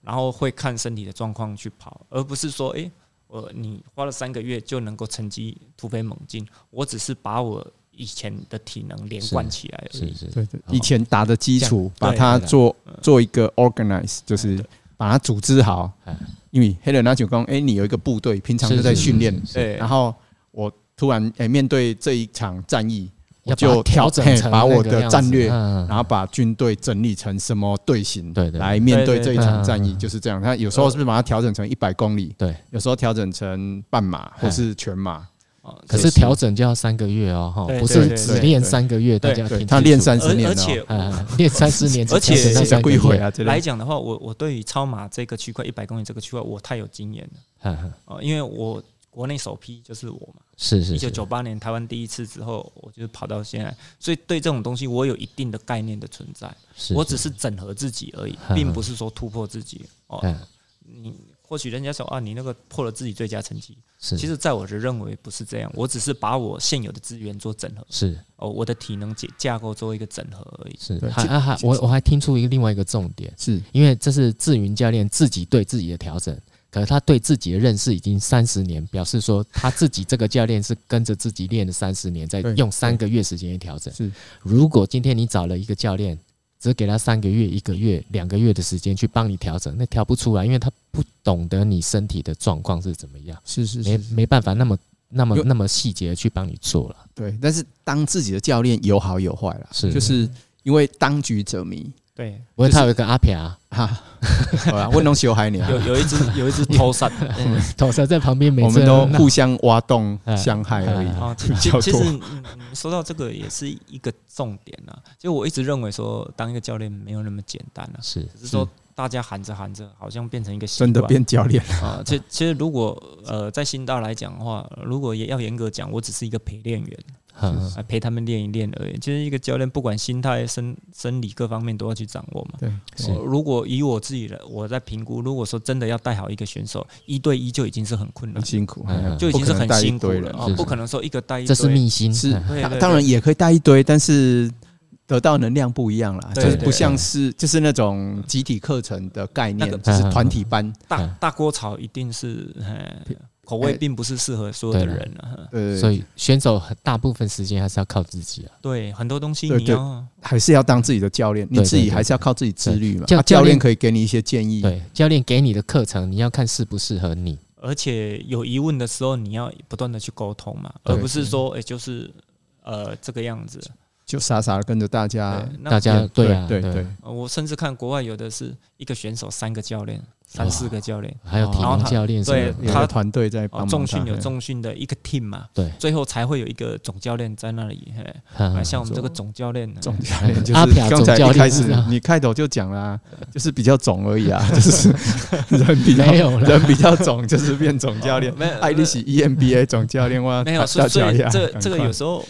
然后会看身体的状况去跑，而不是说，诶，我你花了三个月就能够成绩突飞猛进，我只是把我以前的体能连是贯起来而是已。是，对对，好以前打的基础，这把样它对对做嗯做一个 organize，就是把它组织好嗯。因为黑人他就讲，哎，你有一个部队，平常是就在训练，，是是是对，然后我突然哎面对这一场战役，我要把它调就调整嘿成把那我个的样战子略嗯然后把军队整理成什么队形，对对来面对对对这一场战役，嗯就是这样。他有时候是把它调整成一百公里，对，有时候调整成半马或嗯是全马，啊可是调整就要三个月哦，哈，对不对是对只对练对三个月，大对家要对听他清练楚 三十而年而了哦且啊，练三十年，而且那三个归回月，啊，这来类讲的话，我我对于超马这个区块一百公里这个区块，我太有经验了嗯嗯啊、呃因为我国内首批就是我嘛，是是一是九，九八年台湾第一次之后，我就跑到现在，所以对这种东西我有一定的概念的存在，是我只是整合自己而已嗯，并不是说突破自己哦。嗯你或许人家说啊，你那个破了自己最佳成绩，是，其实在我的认为不是这样，我只是把我现有的资源做整合，是哦，我的体能结架构做一个整合而已。是对，还其还还其我实我还听出一个另外一个重点，是因为这是志云教练自己对自己的调整，可是他对自己的认识已经三十年，表示说他自己这个教练是跟着自己练了三十年，在对用三个月时间去调整。是如果今天你找了一个教练，只给他三个月、一个月、两个月的时间去帮你调整，那调不出来，因为他不懂得你身体的状况是怎么样，是是没是，没办法那么那么有那么细节地去帮你做了。对。但是当自己的教练有好有坏啦，是就是因为当局 者迷对，不过就是他有一个阿撇啊，哈，好啦，我弄修海你啊，有 有一只有一只偷嗯散，头蛇在旁边每我次们都闹互相挖洞哎相害而已哎。啊，其比其较其多实你你说到这个也是一个重点啊，就我一直认为说当一个教练没有那么简单啊，是只是说大家喊着喊着好像变成一个习真的惯变教练了，啊。其其实如果呃在新大来讲的话，如果也要严格讲，我只是一个陪练员，嗯啊陪他们练一练而已。其实一个教练不管心态、生生理各方面都要去掌握嘛。对，是呃如果以我自己的我在评估，如果说真的要带好一个选手，一对一就已经是很困难很，辛苦，嗯哎呀就已经是很辛苦不可能带一堆了人啊是，不可能说一个带一这是堆秘辛是嗯对当对当然也可以带一堆，但是得到能量不一样啦，就对是对不像是就是那种集体课程的概那个念，就是团体班，大嗯大锅炒一定是呃 口味并不是适合所有的人啊。呃，所以选手很大部分时间还是要靠自己啊。对，很多东西对你要还是要当自己的教练，你对自对己对还是要靠自己自律嘛。教啊教教练练可以给你一些建议，对，教练给你的课程，你要看适不适合你。而且有疑问的时候，你要不断的去沟通嘛，对而不是说哎、诶就是呃这个样子。就傻傻的跟着大家对，。那大家练对啊，对对对，呃我甚至看国外有的是一个选手三个教练，三四个教练，还有体然后能他教练什么对有的，一他个团队在帮哦，哦忙他。重训有嘿重训的一个 team 嘛，对最后才会有一个总教练在那里。嘿，嗯啊像我们这个总教练呢，总教练 就阿是撇总刚才教练一开始是啊你开头就讲啦，就是比较肿而已啊，就是 人比较没有了。人比较肿，就是变总教练。没有爱丽喜 E EMBA 总教练哇，哦没有，大所以所家以呀这赶这个快有时候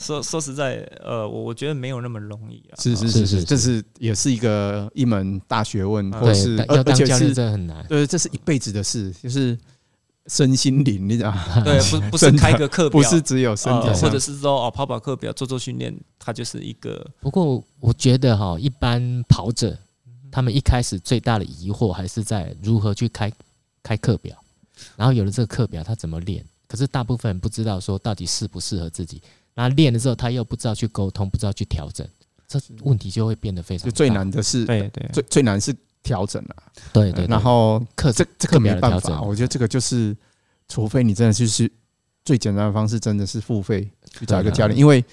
说说实在，呃，我我觉得没有那么容易啊。是是是啊是是是，这是也是一个一门大学问，啊或是对，但而要而当且教练是真的很难。对，这是一辈子的事，就是身心灵，你知道吗，对，不不是真的开个课表，不是只有身体呃，上或者是说哦跑跑课表做做训练，它就是一个不过我觉得哈，一般跑者嗯他们一开始最大的疑惑还是在如何去开开课表，然后有了这个课表，他怎么练？可是大部分人不知道说到底适不适合自己，那练了之后他又不知道去沟通，不知道去调整，这问题就会变得非常就最大。难的是对对最最难是调整啊，对对，对然后课这程这课个没表的办调法，整，我觉得这个就是，除非你真的就是最简单的方式，真的是付费去找一啊个教练，因为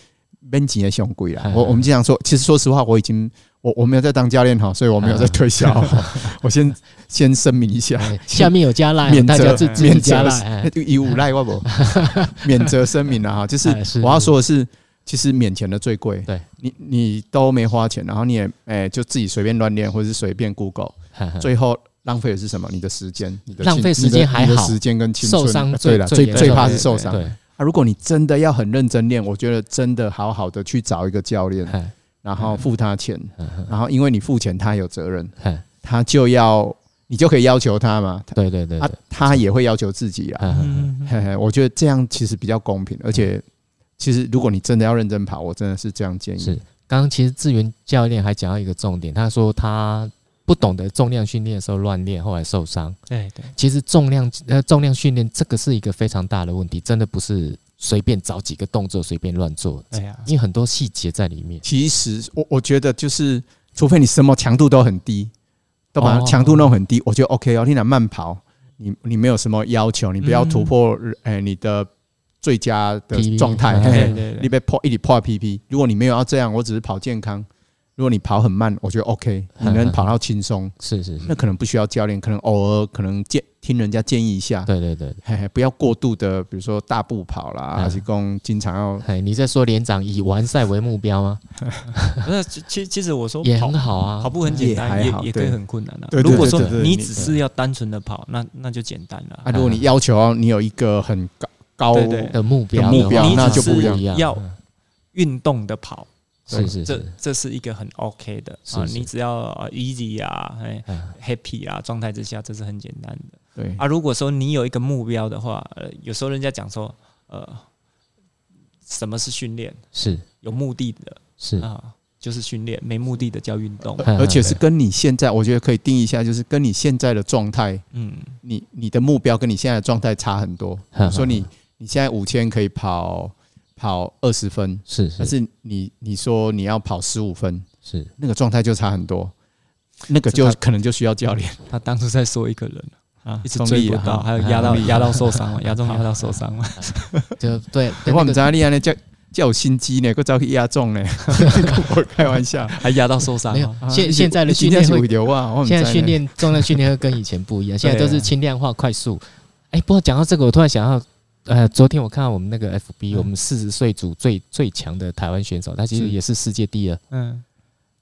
编辑也嫌贵啦嗯。我我们经常说，其实说实话，我已经我我没有在当教练哈，所以我没有在推销哦，我先先声明一下。哎 下面有加赖，免大家责自自己免加责赖，哎以无赖我不 免责声明了哈，就是哎是我要说的是，其实免钱的最贵。对，你你都没花钱，然后你也哎、就自己随便乱练，或者是随便 Google，哈哈最后浪费的是什么？你的时间，你嗯的浪青费时间还好你的你的时间跟青春。受伤对了，最最最怕是对受伤。对，啊，如果你真的要很认真练，我觉得真的好好的去找一个教练，哎然后付他钱，嗯嗯然后因为你付钱，他有责任，哎他就要你就可以要求他嘛，对对对啊对，，他也会要求自己啊。嗯嗯嗯嗯嘿嘿，我觉得这样其实比较公平，而且其实如果你真的要认真跑，我真的是这样建是议。刚刚其实志源教练还讲到一个重点，他说他不懂得重量训练的时候乱练，后来受伤。对对，其实重量呃重量训练这个是一个非常大的问题，真的不是随便找几个动作随便乱做，哎呀，因为很多细节在里面。其实我我觉得就是，除非你什么强度都很低，都把哦强度弄很低，我觉得 OK 哦。你俩慢跑，你你没有什么要求，你不要突破嗯哎、你的最佳的 PB 状态。嗯嘿嘿对对你对，被破一直破 PP，如果你没有要这样，我只是跑健康。如果你跑很慢，我觉得 OK，你哎能跑到轻松，是是是，那可能不需要教练，可能偶尔可能建听人家建议一下，对对对。嘿嘿，不要过度的，比如说大步跑啦，嗯还是讲经常要哎，你在说连长以完赛为目标吗？那其其其实我说也跑很好啊，跑步很简单，也也还好也可以对很困难啊。对对如果说对对对你你只是要单纯的跑，那那就简单了啊，。如果你要求要你有一个很高高，对对的啊目标的的目话标你那只就不是一样要运动的跑，是是这是，这是一个很 OK 的是啊，是你只要呃 easy 啊，哎嗯 happy 啊状态之下，这是很简单的对啊。如果说你有一个目标的话，呃，有时候人家讲说，呃，什么是训练？是有目的的是，啊，就是训练；没目的的叫运动。嗯而且是跟你现在，我觉得可以定义一下，就是跟你现在的状态，嗯，你你的目标跟你现在的状态差很多。嗯比如啊说你你现在五千可以跑跑二十分，是但是是你你说你要跑十五分，是，那个状态就差很多，那个就这可能就需要教练。他当初在说一个人啊一直追不到，还有压到同意压到受 伤了，压中压到受伤了。 就对，我那们个知道你安尼叫叫有心机呢，个早去压 中呢，我开玩笑。 还压到受伤没哦有。现现在的训练会会流啊，我不知道现呢在训 练重量训练会跟以前不一样，现在都啊是轻量化、快速。哎、不过讲到这个，我突然想到，呃，昨天我看到我们那个 FB，、嗯我们四十岁组最最强的台湾选手，他其实是也是世界第二。嗯，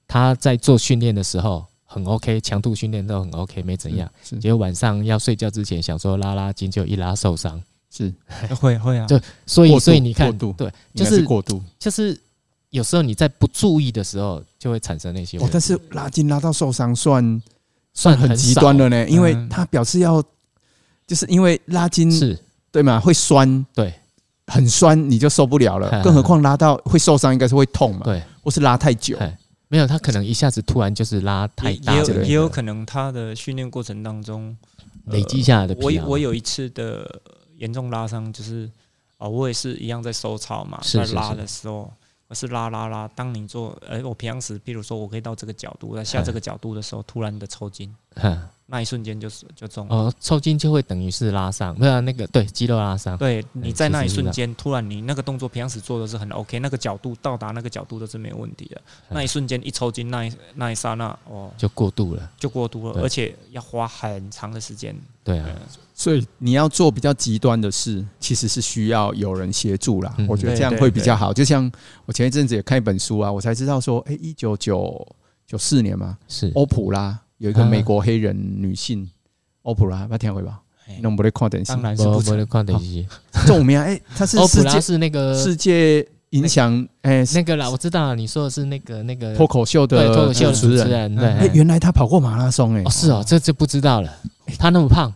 他在做训练的时候很 OK，强度训练都很 OK，没怎样。是结果晚上要睡觉之前想说拉拉筋，就一拉受伤。是会会啊哎就，所过以度所以你看过度，对，应就该是是过度。就是有时候你在不注意的时候，就会产生那些哦问，题。但是拉筋拉到受伤算算很极少端了呢，因为嗯他表示要，就是因为拉筋是对嘛会酸，对，很酸你就受不了了 嗯，更何况拉到会受伤，应该是会痛嘛，对。或是拉太久嗯，没有，他可能一下子突然就是拉太也大也之类有的，也有可能他的训练过程当中呃累积下来的疲我劳 我有一次的严重拉伤，就是啊、我也是一样在收操嘛，是在是拉是的时候，我是拉拉拉。当你做，哎、我平常时，比如说我可以到这个角度，在哎下这个角度的时候，突然的抽筋，哼那一瞬间就是就中了。哦，抽筋就会等于是拉伤，没有啊那个对肌肉拉伤，对，你在那其一实是瞬这样间，突然你那个动作平常时做的是很 OK，那个角度到达那个角度都是没有问题的。嗯那一瞬间一抽筋，那一那一刹那，哦，就过度了。就过度了，对而且要花很长的时间。对啊，嗯所以你要做比较极端的事，其实是需要有人协助啦。嗯我觉得这样会比较好。就像我前一阵子也看一本书啊，我才知道说，哎、1一九九九四年嘛，是欧普拉有一个啊美国黑人女性，欧普拉，把听回吧哎嘿，那我们来看电视当，然是不不不成能看等级。重名哎，她是欧哦普世拉界是那个世界影响哎那个啦，我知道了你说的是那个那个脱口秀对脱的口秀主主持持人。人，哎，对，原来她跑过马拉松哎哦，是哦，这就不知道了。他那么胖，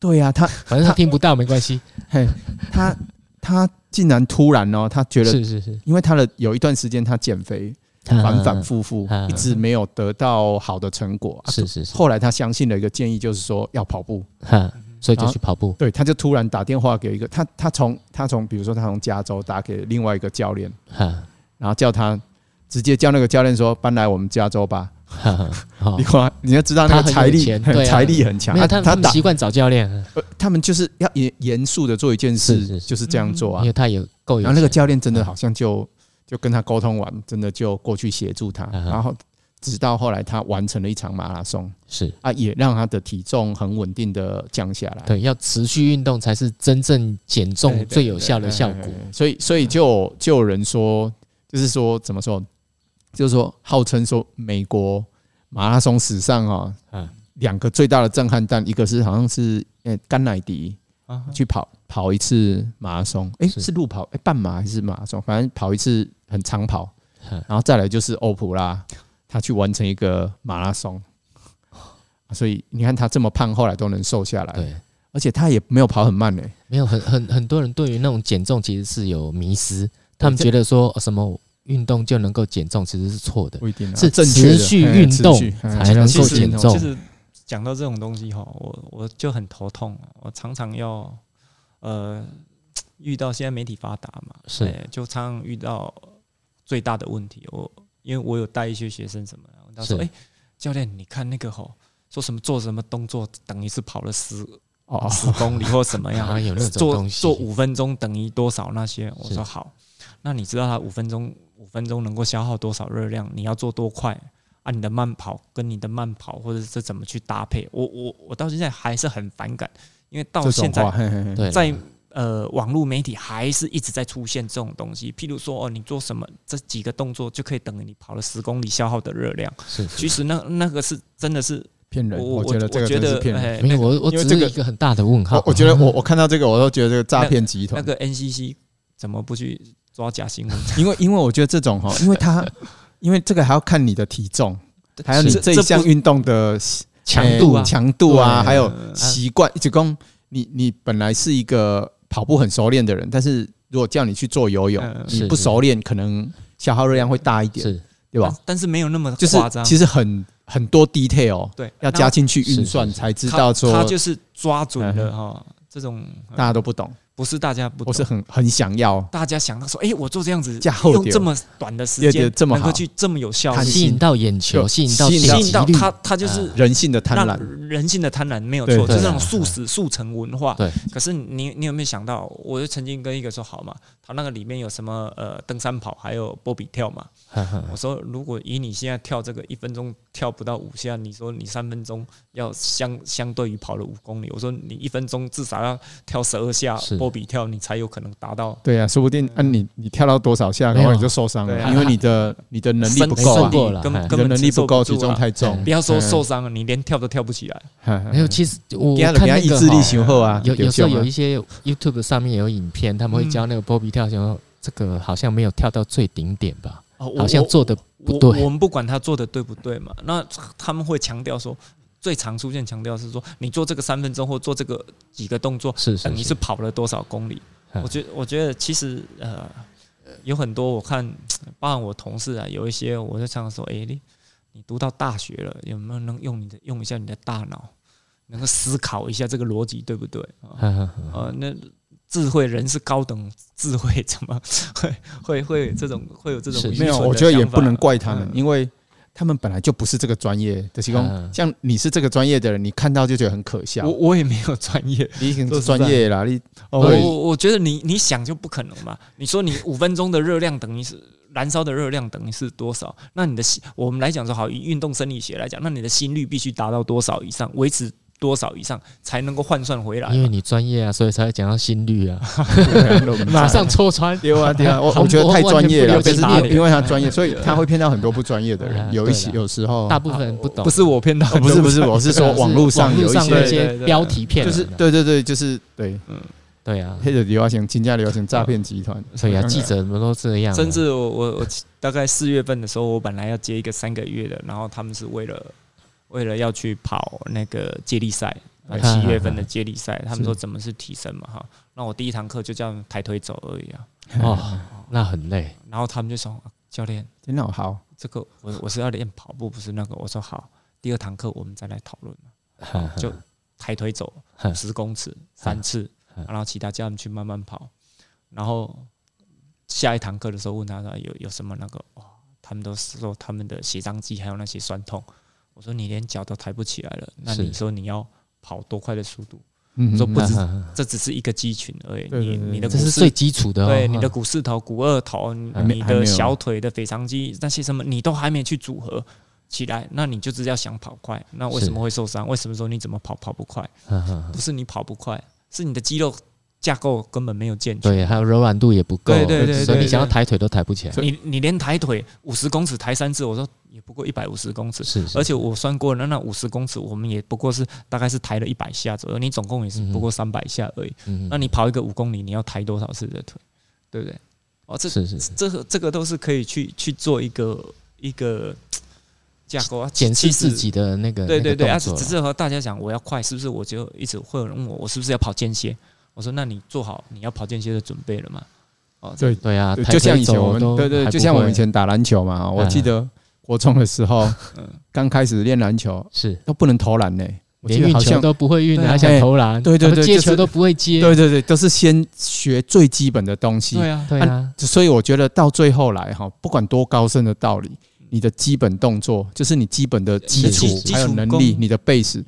对呀、啊，她反正他听不到没关系。她她竟然突然哦，她觉得，是嗯是是，因为她的有一段时间她减肥，反反复复，啊一直没有得到好的成果。啊是是是，后来他相信了一个建议，就是说要跑步。哈，所以就去跑步，对，他就突然打电话给一个他，他从他从比如说他从加州打给另外一个教练，哈然后叫他直接叫那个教练说搬来我们加州吧。哈哈。哦你看，你要知道他那个很有财力钱很对啊财力很强没有，啊他他他们打习惯找教练，呃他们就是要严严肃的做一件是事，是是就是这样做啊因为。他有嗯够有然后那个钱教练真的好像就就跟他沟通完，真的就过去协助他，嗯哼然后直到后来他完成了一场马拉松。是啊，也让他的体重很稳定的降下来。对，要持续运动才是真正减对重对最有效的对效果。嗯所以所以就有就有人说，就是说怎么说，就是说号称说美国马拉松史上啊、嗯两个最大的震撼弹，一个是好像是呃甘乃迪啊去跑跑一次马拉松，诶，是是路跑，诶，半马还是马拉松，反正跑一次很长跑嗯，然后再来就是欧普拉，他去完成一个马拉松，所以你看他这么胖，后来都能瘦下来，哦对，而且他也没有跑很慢诶、没有很很很多人对于那种减重其实是有迷失，他们这觉得说、哦什么运动就能够减重，其实是错的。不一定啊是正确的持续嘿运持动续嘿才能持够续减运动重其实讲到这种东西哈，我我就很头痛，我常常要呃遇到现在媒体发达嘛，是哎就常常遇到最大的问题。我因为我有带一些学生什么的，他说：“是哎、教练，你看那个吼，说什么做什么动作等于是跑了十哦，十公里或什哎么好样，像有那种做东西，做五分钟等于多少那些？”我是说好，那你知道他五分钟五分钟能够消耗多少热量？你要做多快？啊，你的慢跑跟你的慢跑，或者是怎么去搭配？我我我到现在还是很反感，因为到这现种在话，嘿嘿嘿对啦在呃网络媒体还是一直在出现这种东西，譬如说哦，你做什么这几个动作就可以等于你跑了十公里消耗的热 量。是是其实那那个是真的是骗我人，我我觉得这个觉真的是得骗人。哎没那有个我我因为只这是个一个很大的问号我。我觉得我我看到这个，我都觉得这个诈骗集那团。个 NCC 怎么不去抓假新闻？因为因为我觉得这种哈，因为他因为这个还要看你的体重，还有你是这一这项不运动的强度哎啊强度啊，对还有习惯。只供你你本来是一个跑步很熟练的人，但是如果叫你去做游泳，嗯是你不熟练，可能消耗热量会大一点，是对吧但？但是没有那么就是夸张。其实很很多 detail 对，要然加后进去运是算是才知道说他他就是抓准了哈，这种大家都不懂，不是大家不我懂是很很想要。大家想到说，哎，我做这样子加厚用点这么短的时对对间，这么能够好去这么有效看率，吸引到眼球，就吸引到吸点引吸引到击率他，他就是人性的啊贪婪，让人性的贪婪没有对错，对就是那种对素食速成文化。对，可是你你有没有想到，我就曾经跟一个说好嘛，他那个里面有什么呃登山跑，还有波比跳嘛。呵呵我说如果以你现在跳这个一分钟跳不到五下，你说你三分钟要相相对于跑了五公里，我说你一分钟至少要跳十二下是波比跳，你才有可能达到对啊，说不定啊你你跳到多少下，没有然后你就受伤对了，啊因为你的你的能力不没够身啊胜，过体了哎根本你根的本能力承受不够，住体重啊太重嗯不，要说受伤了，你连跳都跳不起来。没有，其实我嗯给他我给看他那意个志力哈雄厚啊，有有时时候有一些 YouTube 上面有影片，他们会教那个波比跳，然后这个好像没有跳到最顶点吧，哦我好像我做的不我对我们不管他做的对不对嘛，那他们会强调说，最常出现强调是说，你做这个三分钟或做这个几个动作，是是等于是跑了多少公里。嗯我觉我觉得其实呃，有很多我看，包含我同事啊，有一些我就常常说，诶，哎你你读到大学了，有没有能用你的用一下你的大脑，能够思考一下这个逻辑对不对？啊呵呵嗯呃，那智慧人是高等智慧，怎么会会会有这种会有这种是愚没有，蠢的我觉得也想法不能怪他们嗯，因为他们本来就不是这个专业的提供嗯。像你是这个专业的人，你看到就觉得很可笑我，我也没有专业，你已经说是实在专业啦，你我对哦我我觉得你你想就不可能嘛。你说你五分钟的热量等于是燃烧的热量等于是多少？那你的心，我们来讲说好，以运动生理学来讲，那你的心率必须达到多少以上，维持多少以上才能够换算回来 嗯因？为你专业啊，所以才会讲到心率 啊，马 马上戳穿。哦丢啊 丢啊！我韩国我觉得太专业了，完就全是不了解因为因为他专业，所以他会骗到很多不专业的嗯人。有一些对啦有时候大部分人不懂，不是我骗到哦很不多是人，不 是，我是对说啊网络上网有络一上的些一，对些对对标题骗就人是的，对对对，就是对。对啊，黑的流行、金价流行诈骗集团，所 以啊，记者怎么都这样啊，甚至我我我大概四月份的时候，我本来要接一个三个月的，然后他们是为了为了要去跑那个接力赛，嗯啊哎七月份的接力赛，他们说怎么是提升嘛哈，那我第一堂课就这样抬腿走而已啊，哦，那很累，然后他们就说啊教练，真的哎好，这个我我是要练跑步，不是那个，我说好，第二堂课我们再来讨论 嘛，呵呵就抬腿走呵十公尺嗯三次，呵然后其他叫他们去慢慢跑，然后下一堂课的时候问他说有有什么那个哇，他们都说他们的血张肌还有那些酸痛，我说你连脚都抬不起来了，那是你说你要跑多快的速度？嗯说不止呵呵这只是一个肌群而已，对对对你你的股这是市最基础的哦，对你的哈股四头、股二头、你还没你还没的有小腿的腓肠肌那些什么，你都还没去组合起来，那你就只要想跑快，那为是什么会受伤？为什么说你怎么跑跑不快？呵呵呵不是你跑不快，是你的肌肉架构根本没有健全。对，还有柔软度也不够，对对对所以对你想要对抬腿都抬不起来。你你连抬腿五十公尺抬三次，我说也不过一百五十公尺，是，是而且我算过了，那五十公尺我们也不过是大概是抬了一百下左右，你总共也是不过三百下而已。嗯那你跑一个五公里，你要抬多少次的腿，对不对？哦，这是是是这个这个都是可以去去做一个一个架构啊，检其视实自。己的那个对对对，那啊，个只动只作了。是和大家讲我要快，是不是？我就一直会有人问我，我是不是要跑间歇？我说那你做好你要跑间歇的准备了吗？哦，对对啊，对抬就像腿以前走我们都对对，还就不像我们会以前打篮球嘛，我嗯记得国中的时候嗯，刚开始练篮球是都不能投篮呢，我记连得运好球像哎都不会运，对啊还想投篮，对对他们对接就是球都不会接，对对对，都是先学最基本的东西。对啊，对 啊，所以我觉得到最后来哈，不管多高深的道理，你的基本动作就是你基本的基础基，础还有能功力，你的 base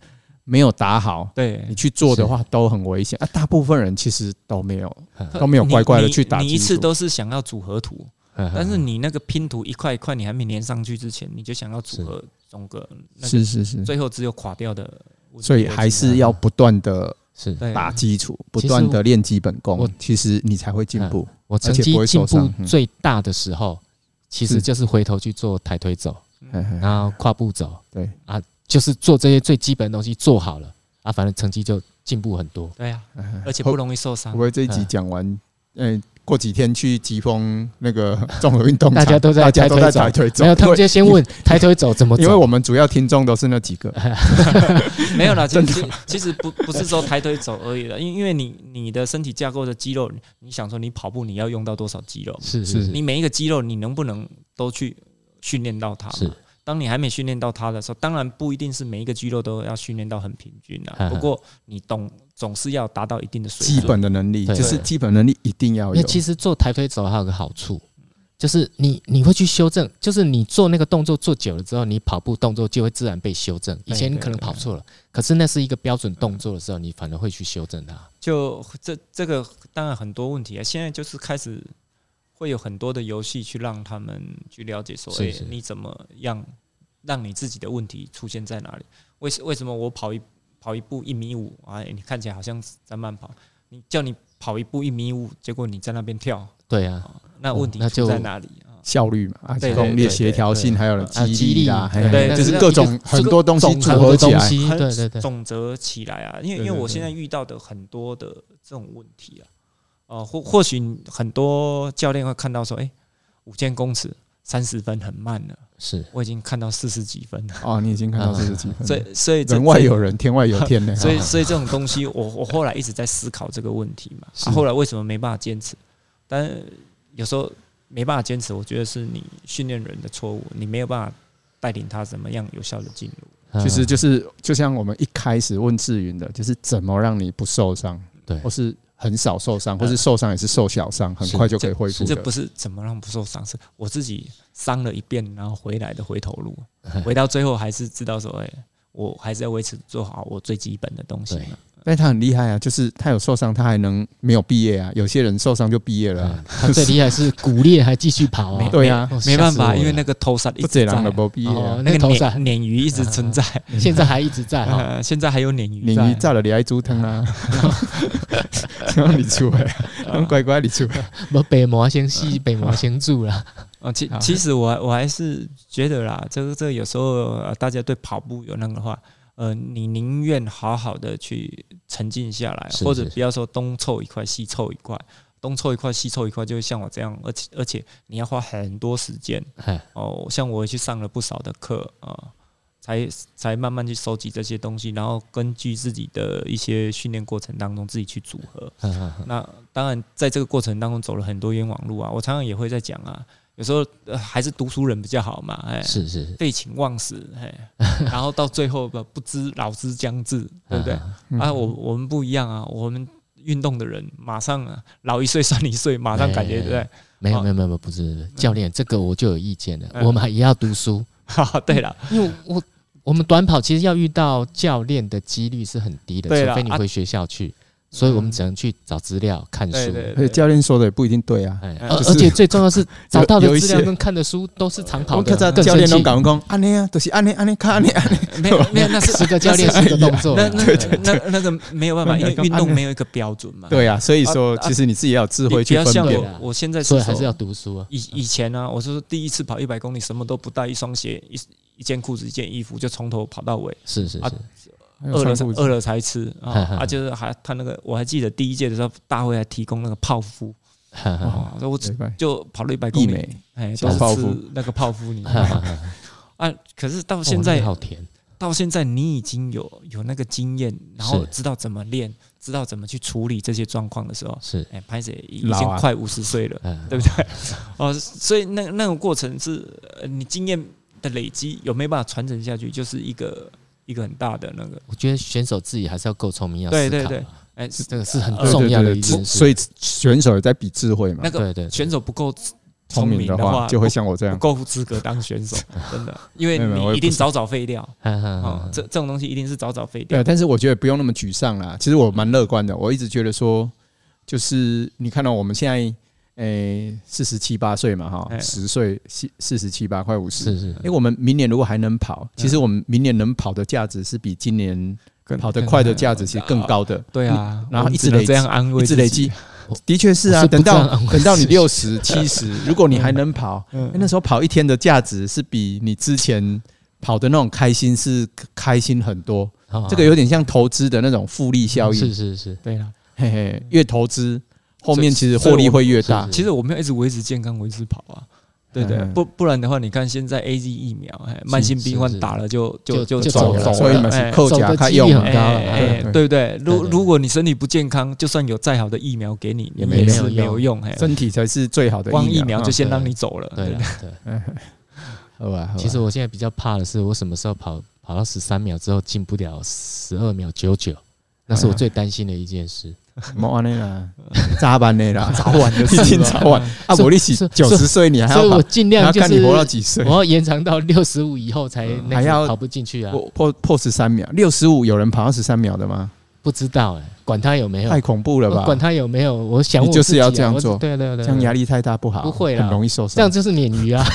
没有打好，对你，去做的话都很危险啊。大部分人其实都没有，嗯都没有乖乖地你去打你你基一础次都是想要组合图，嗯但是你那个拼图一块一块，你还没连上去之前，你就想要组合总个，那个是是是，最后只有垮掉的问题。所以还是要不断的是对啊打基础，不其实断的练基本功我，其实你才会进步。我成而且绩不会进受步伤嗯最大的时候，其实是就是回头去做抬腿走，嘿嘿然后跨步走，对啊，就是做这些最基本的东西做好了啊，反正成绩就进步很多。对啊，哎而且会不容易啊受伤会不。会这一集讲完？嗯，过几天去疾风那个综合运动大场，家都在大家抬都腿在走抬腿走，没有，他因们为就先问抬腿走怎么走，因为我们主要听众都是那几个， 没有啦，其实其实不不是说抬腿走而已了，因因为你你的身体架构的肌肉，你你想说你跑步你要用到多少肌肉？是是是你每一个肌肉你能不能都去训练到它？是，当你还没训练到它的时候，当然不一定是每一个肌肉都要训练到很平均哈哈啊。不过你懂，总是要达到一定的水基准。本的能力，对就是对基本能力一定要因为有。其实做抬腿走还有个好处，就是你你会去修正，就是你做那个动作做久了之后，你跑步动作就会自然被修正。以对前你对可能对跑错了，可是那是一个标准动作的时候，你反而会去修正它。就这这个当然很多问题啊，现在就是开始会有很多的游戏去让他们去了解说，是哎、是你怎么样让你自己的问题出现在哪里？为什为什么我跑一跑一步一米五啊、哎你看起来好像在慢跑，你叫你跑一步一米五，结果你在那边跳，对啊，那哦问题那出在就哪里啊？效率嘛，啊，对对攻略、对对协调性，对还有还有激励啦，啊激励嘿对就对是对各种一个很多东西总组和合的起东来，西，很对对对，总则起来啊，因为因对为对我对现在遇到的很多的这种问题啊，呃，或或许很多教练会看到说，哎、五千公尺三十分很慢了，是我已经看到四十几分了，哦，你已经看到啊四十几分了，所以所以这人外有人，天外有天呢。所以啊所以这种东西我，我后来一直在思考这个问题嘛，是啊、后来为什么没办法坚持？但有时候没办法坚持，我觉得是你训练人的错误，你没有办法带领他怎么样有效的进入。其啊实就是就像我们一开始问志云的，就是怎么让你不受伤，对或是很少受伤，或是受伤也是受小伤，很是快就可以恢复这啊的。不啊是怎么让不受伤，是我自己伤了一遍，然后回来的回头路，啊回到最后还是知道说，哎、我还是要维持做好我最基本的东西对嘛。但是他很厉害啊，就是他有受伤，他还能没有毕业啊。有些人受伤就毕业了啊嗯，他最厉害是骨裂还继续跑啊没，对啊哦没办吓死我法，了因为那个头闪一不这直在人啊，都没毕业啊哦。那那个个头鲶闪鲶鱼一直存在，嗯现在还一直 在哦哈，呃，现在还有鲶鱼鲶鱼炸了你爱煮汤啊，然后你出来，然后乖乖你出来。不北魔先 西北魔先住了，啊，其好其实我还我还是觉得啦，这个这个有时候、呃、大家对跑步有那个话，呃，你宁愿好好的去沉静下来，是或者是不要说东凑一块西凑一块，东凑一块西凑一块，就会像我这样，而且而且你要花很多时间哎，哦，像我也去上了不少的课啊。呃才才慢慢去收集这些东西，然后根据自己的一些训练过程当中自己去组合。嗯嗯嗯那当然，在这个过程当中走了很多冤枉路啊。我常常也会在讲啊，有时候、呃、还是读书人比较好嘛，哎，是是是，废寝忘食，哎，然后到最后不呃不知老之将至，对不对？嗯？嗯啊，我我们不一样啊，我们运动的人马上啊，老一岁算一岁，马上感觉对不对？ 没有哦没有没有没有，不是不是教练，这个我就有意见了。嗯我们还也要读书， 哈哈，啊对了，因为我我们短跑其实要遇到教练的几率是很低的，对除啦非你啊回学校去。所以我们只能去找资料、看对书。对而且哎教练说的也不一定对啊。哎，嗯而就是而且最重要 是找到有的一资料些跟看的书都是长跑我看的，到更教练生拢气。讲讲，安尼啊，就是安尼安尼，看安尼安尼。没有 没有， 那是十个教练那十个动作那啦，那那那个没有办法，因为运动没有一个标准嘛。对啊，所以说啊啊其实你自己要有智你慧不去要分像辨。对啦我，我现在所以说还是要读书啊。以嗯以前呢、我是说第一次跑一百公里，什么都不带，一双鞋、一一件裤子、一件衣服，就从头跑到尾，是是啊是，！还有饿了嗯穿裤子饿了才吃啊啊，就是还他那个，我还记得第一届的时候，大会还提供那个泡芙哈哈啊，我只对吧就跑了一百公一里，美哎，小都是泡吃芙那个泡芙泥哈哈哈啊。可是到哦现那在个好甜，到现在你已经有有那个经验，然后是知道怎么练，知道怎么去处理这些状况的时候，是哎，拍姐已老啊经快五十岁了，嗯， 对不对？哦，所以那那种过程是呃你经验的累积有没有办法传承下去，就是一个一个很大的那个，我觉得选手自己还是要够聪明，要对思对考对啊，哎，这个是很对对重要对的一对件智事。所以选手也在比智慧嘛那，个对对，选手不够聪明的聪明的话话就会像我这不样。够资格当选手，真的，因为啊没有没有我也你不嗯一定是早早废掉 哈哈哈啊哦哈，这这种东西一定是早早废对掉啊，，但是我觉得不用那么沮丧啦。其实我蛮乐观的，我一直觉得说，就是你看到我们现在，诶，四十七八岁嘛，哈，哎十岁四四十七八，快五十。是嗯是哎、我们明年如果还能跑，其实我们明年能跑的价值是比今年跑得快的价值其实更高嗯的。对啊，然后我们一直只能累积这样安慰，一直累积，的确是我啊，是不等这样到安慰等到你自己六十七十，如果你还能跑、嗯诶那时候跑一天的价值是比你之前跑的那种开心是开心很多。哦这个有点像投资的那种复利效应，嗯是是是，对啊。嘿嘿，越投资后面其实获利会越大是。其实我们要一直维持健康，维持跑啊。对对，嗯不不然的话，你看现在 A Z 疫苗，哎，慢性病患是打了就就就就就走走了，了所以嘛是哎扣走夹的开几率用很嘛高哎了哎哎对对不对？如对对如果你身体不健康，就算有再好的疫苗给你，也你没也是用没有用。哎，身体才是最好的光疫苗哈就先对让你走了。对对了 对。好嗯吧，好吧其实我现在比较怕的是，我什么时候跑跑到十三秒之后进不了十二秒九九，那是我嗯最担心的一件事。莫安尼 啦，嗯 早晚的啦，早晚的 已经早晚啊！所以我你是所以九十岁，你还所以要跑我，尽还要量就看是你活到几岁嗯我。要延长到六十五以后才那还个要跑不进去啊！我破破十三秒，六十五有人跑到十三秒的吗？不知道哎、管他有没有，太恐怖了吧！管他有没有，我想你我就是自己啊要这样我做对对对，这样压力太大不好，不会啦很容易受这样伤。就是鲶鱼啊！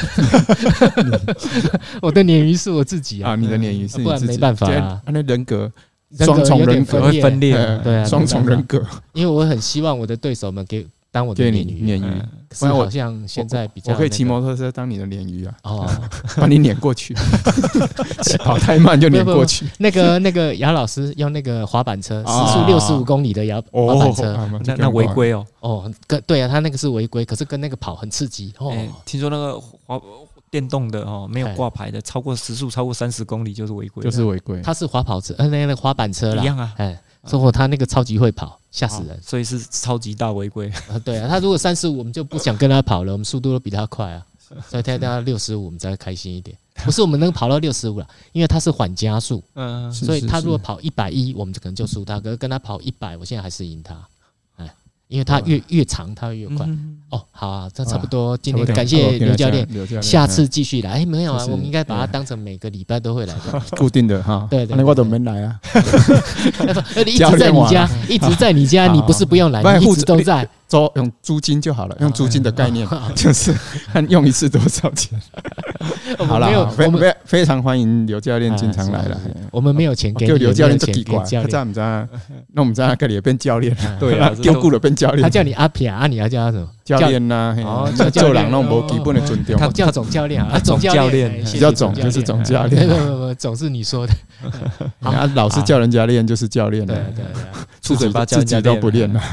我的鲶鱼是我自己啊，嗯啊，你的鲶鱼是不你然自己，没办法啊这样那人格人格双重有点人格分裂会分裂呃对啊双重人格因为我很希望我的对手们给当我的给鲶你鱼，啊鲶鱼嗯，可不是然我好像现在比较我可以骑那个摩托车当你的鲶鱼啊， 哦。把你撵过去， 跑太慢就撵过去。那 个那个姚老师用那个滑板车，啊时速六十五公里的摇滑板车，啊那那违，规哦。哦，跟对啊，他那个是违规，可是跟那个跑很刺激哦。哎，听说那个滑电动的哦，没有哎挂牌的，超过时速超过三十公里就是违规就的，是违规。他是滑跑车，呃，那个滑板车啦一，样啊，哎，说我他那个超级会跑，吓死人啊哦。所以是超级大违规。啊对啊，他如果三十五，我们就不想跟他跑了，我们速度都比他快啊，所以他到六十五，我们才会开心一点。不是我们能跑到六十五了，因为他是缓加速，嗯，是所以是他是嗯如果跑一百一，我们就可能就输他。可是跟他跑一百，我现在还是赢他，哎，因为他越越长，他会越快。嗯哦，好啊，这好啊差不多，今天差不多感谢刘教练，，刘教嗯练下次继续来。哎，没有啊就，是我们应该把它当成每个礼拜都会来 的。 嗯固定的哈，对对那我对都没来啊。呃你一直在你家，一直在你家， 好你不是不用来，不然你一互直助都在。租用租金就好了，用租金的 概念啊就是看用一次多少钱。 我好们啦没有，非我们非非常欢迎刘教练经常来了啊。是是是 我们没有钱给哦就你，刘教也练就没有钱奇给怪，他教知练，唔知道？那我们知道个里变教练， 对啊啊，这 丢都顾了变教练，他叫你阿撇啊，你要叫他什么？教练呐，嘿哦那叫教做练人拢无基本的尊重。他叫总教练啊，啊总教练练哎比谢谢比较总教练就是总教没 有没练，有没有，总是你说的。好啊，老师叫人家练就是教练啊对了，对对。自出己嘴巴自叫人家己都不练了。啊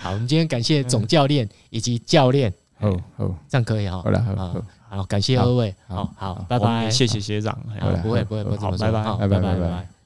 好，我们今天感谢总教练以及教练，好好这样可以哈好。了，好啊好好，感谢好二位，好好好好，拜我们拜，也谢谢学长，哎好好，了不会不会，不会好这么说拜拜好拜拜拜拜拜拜。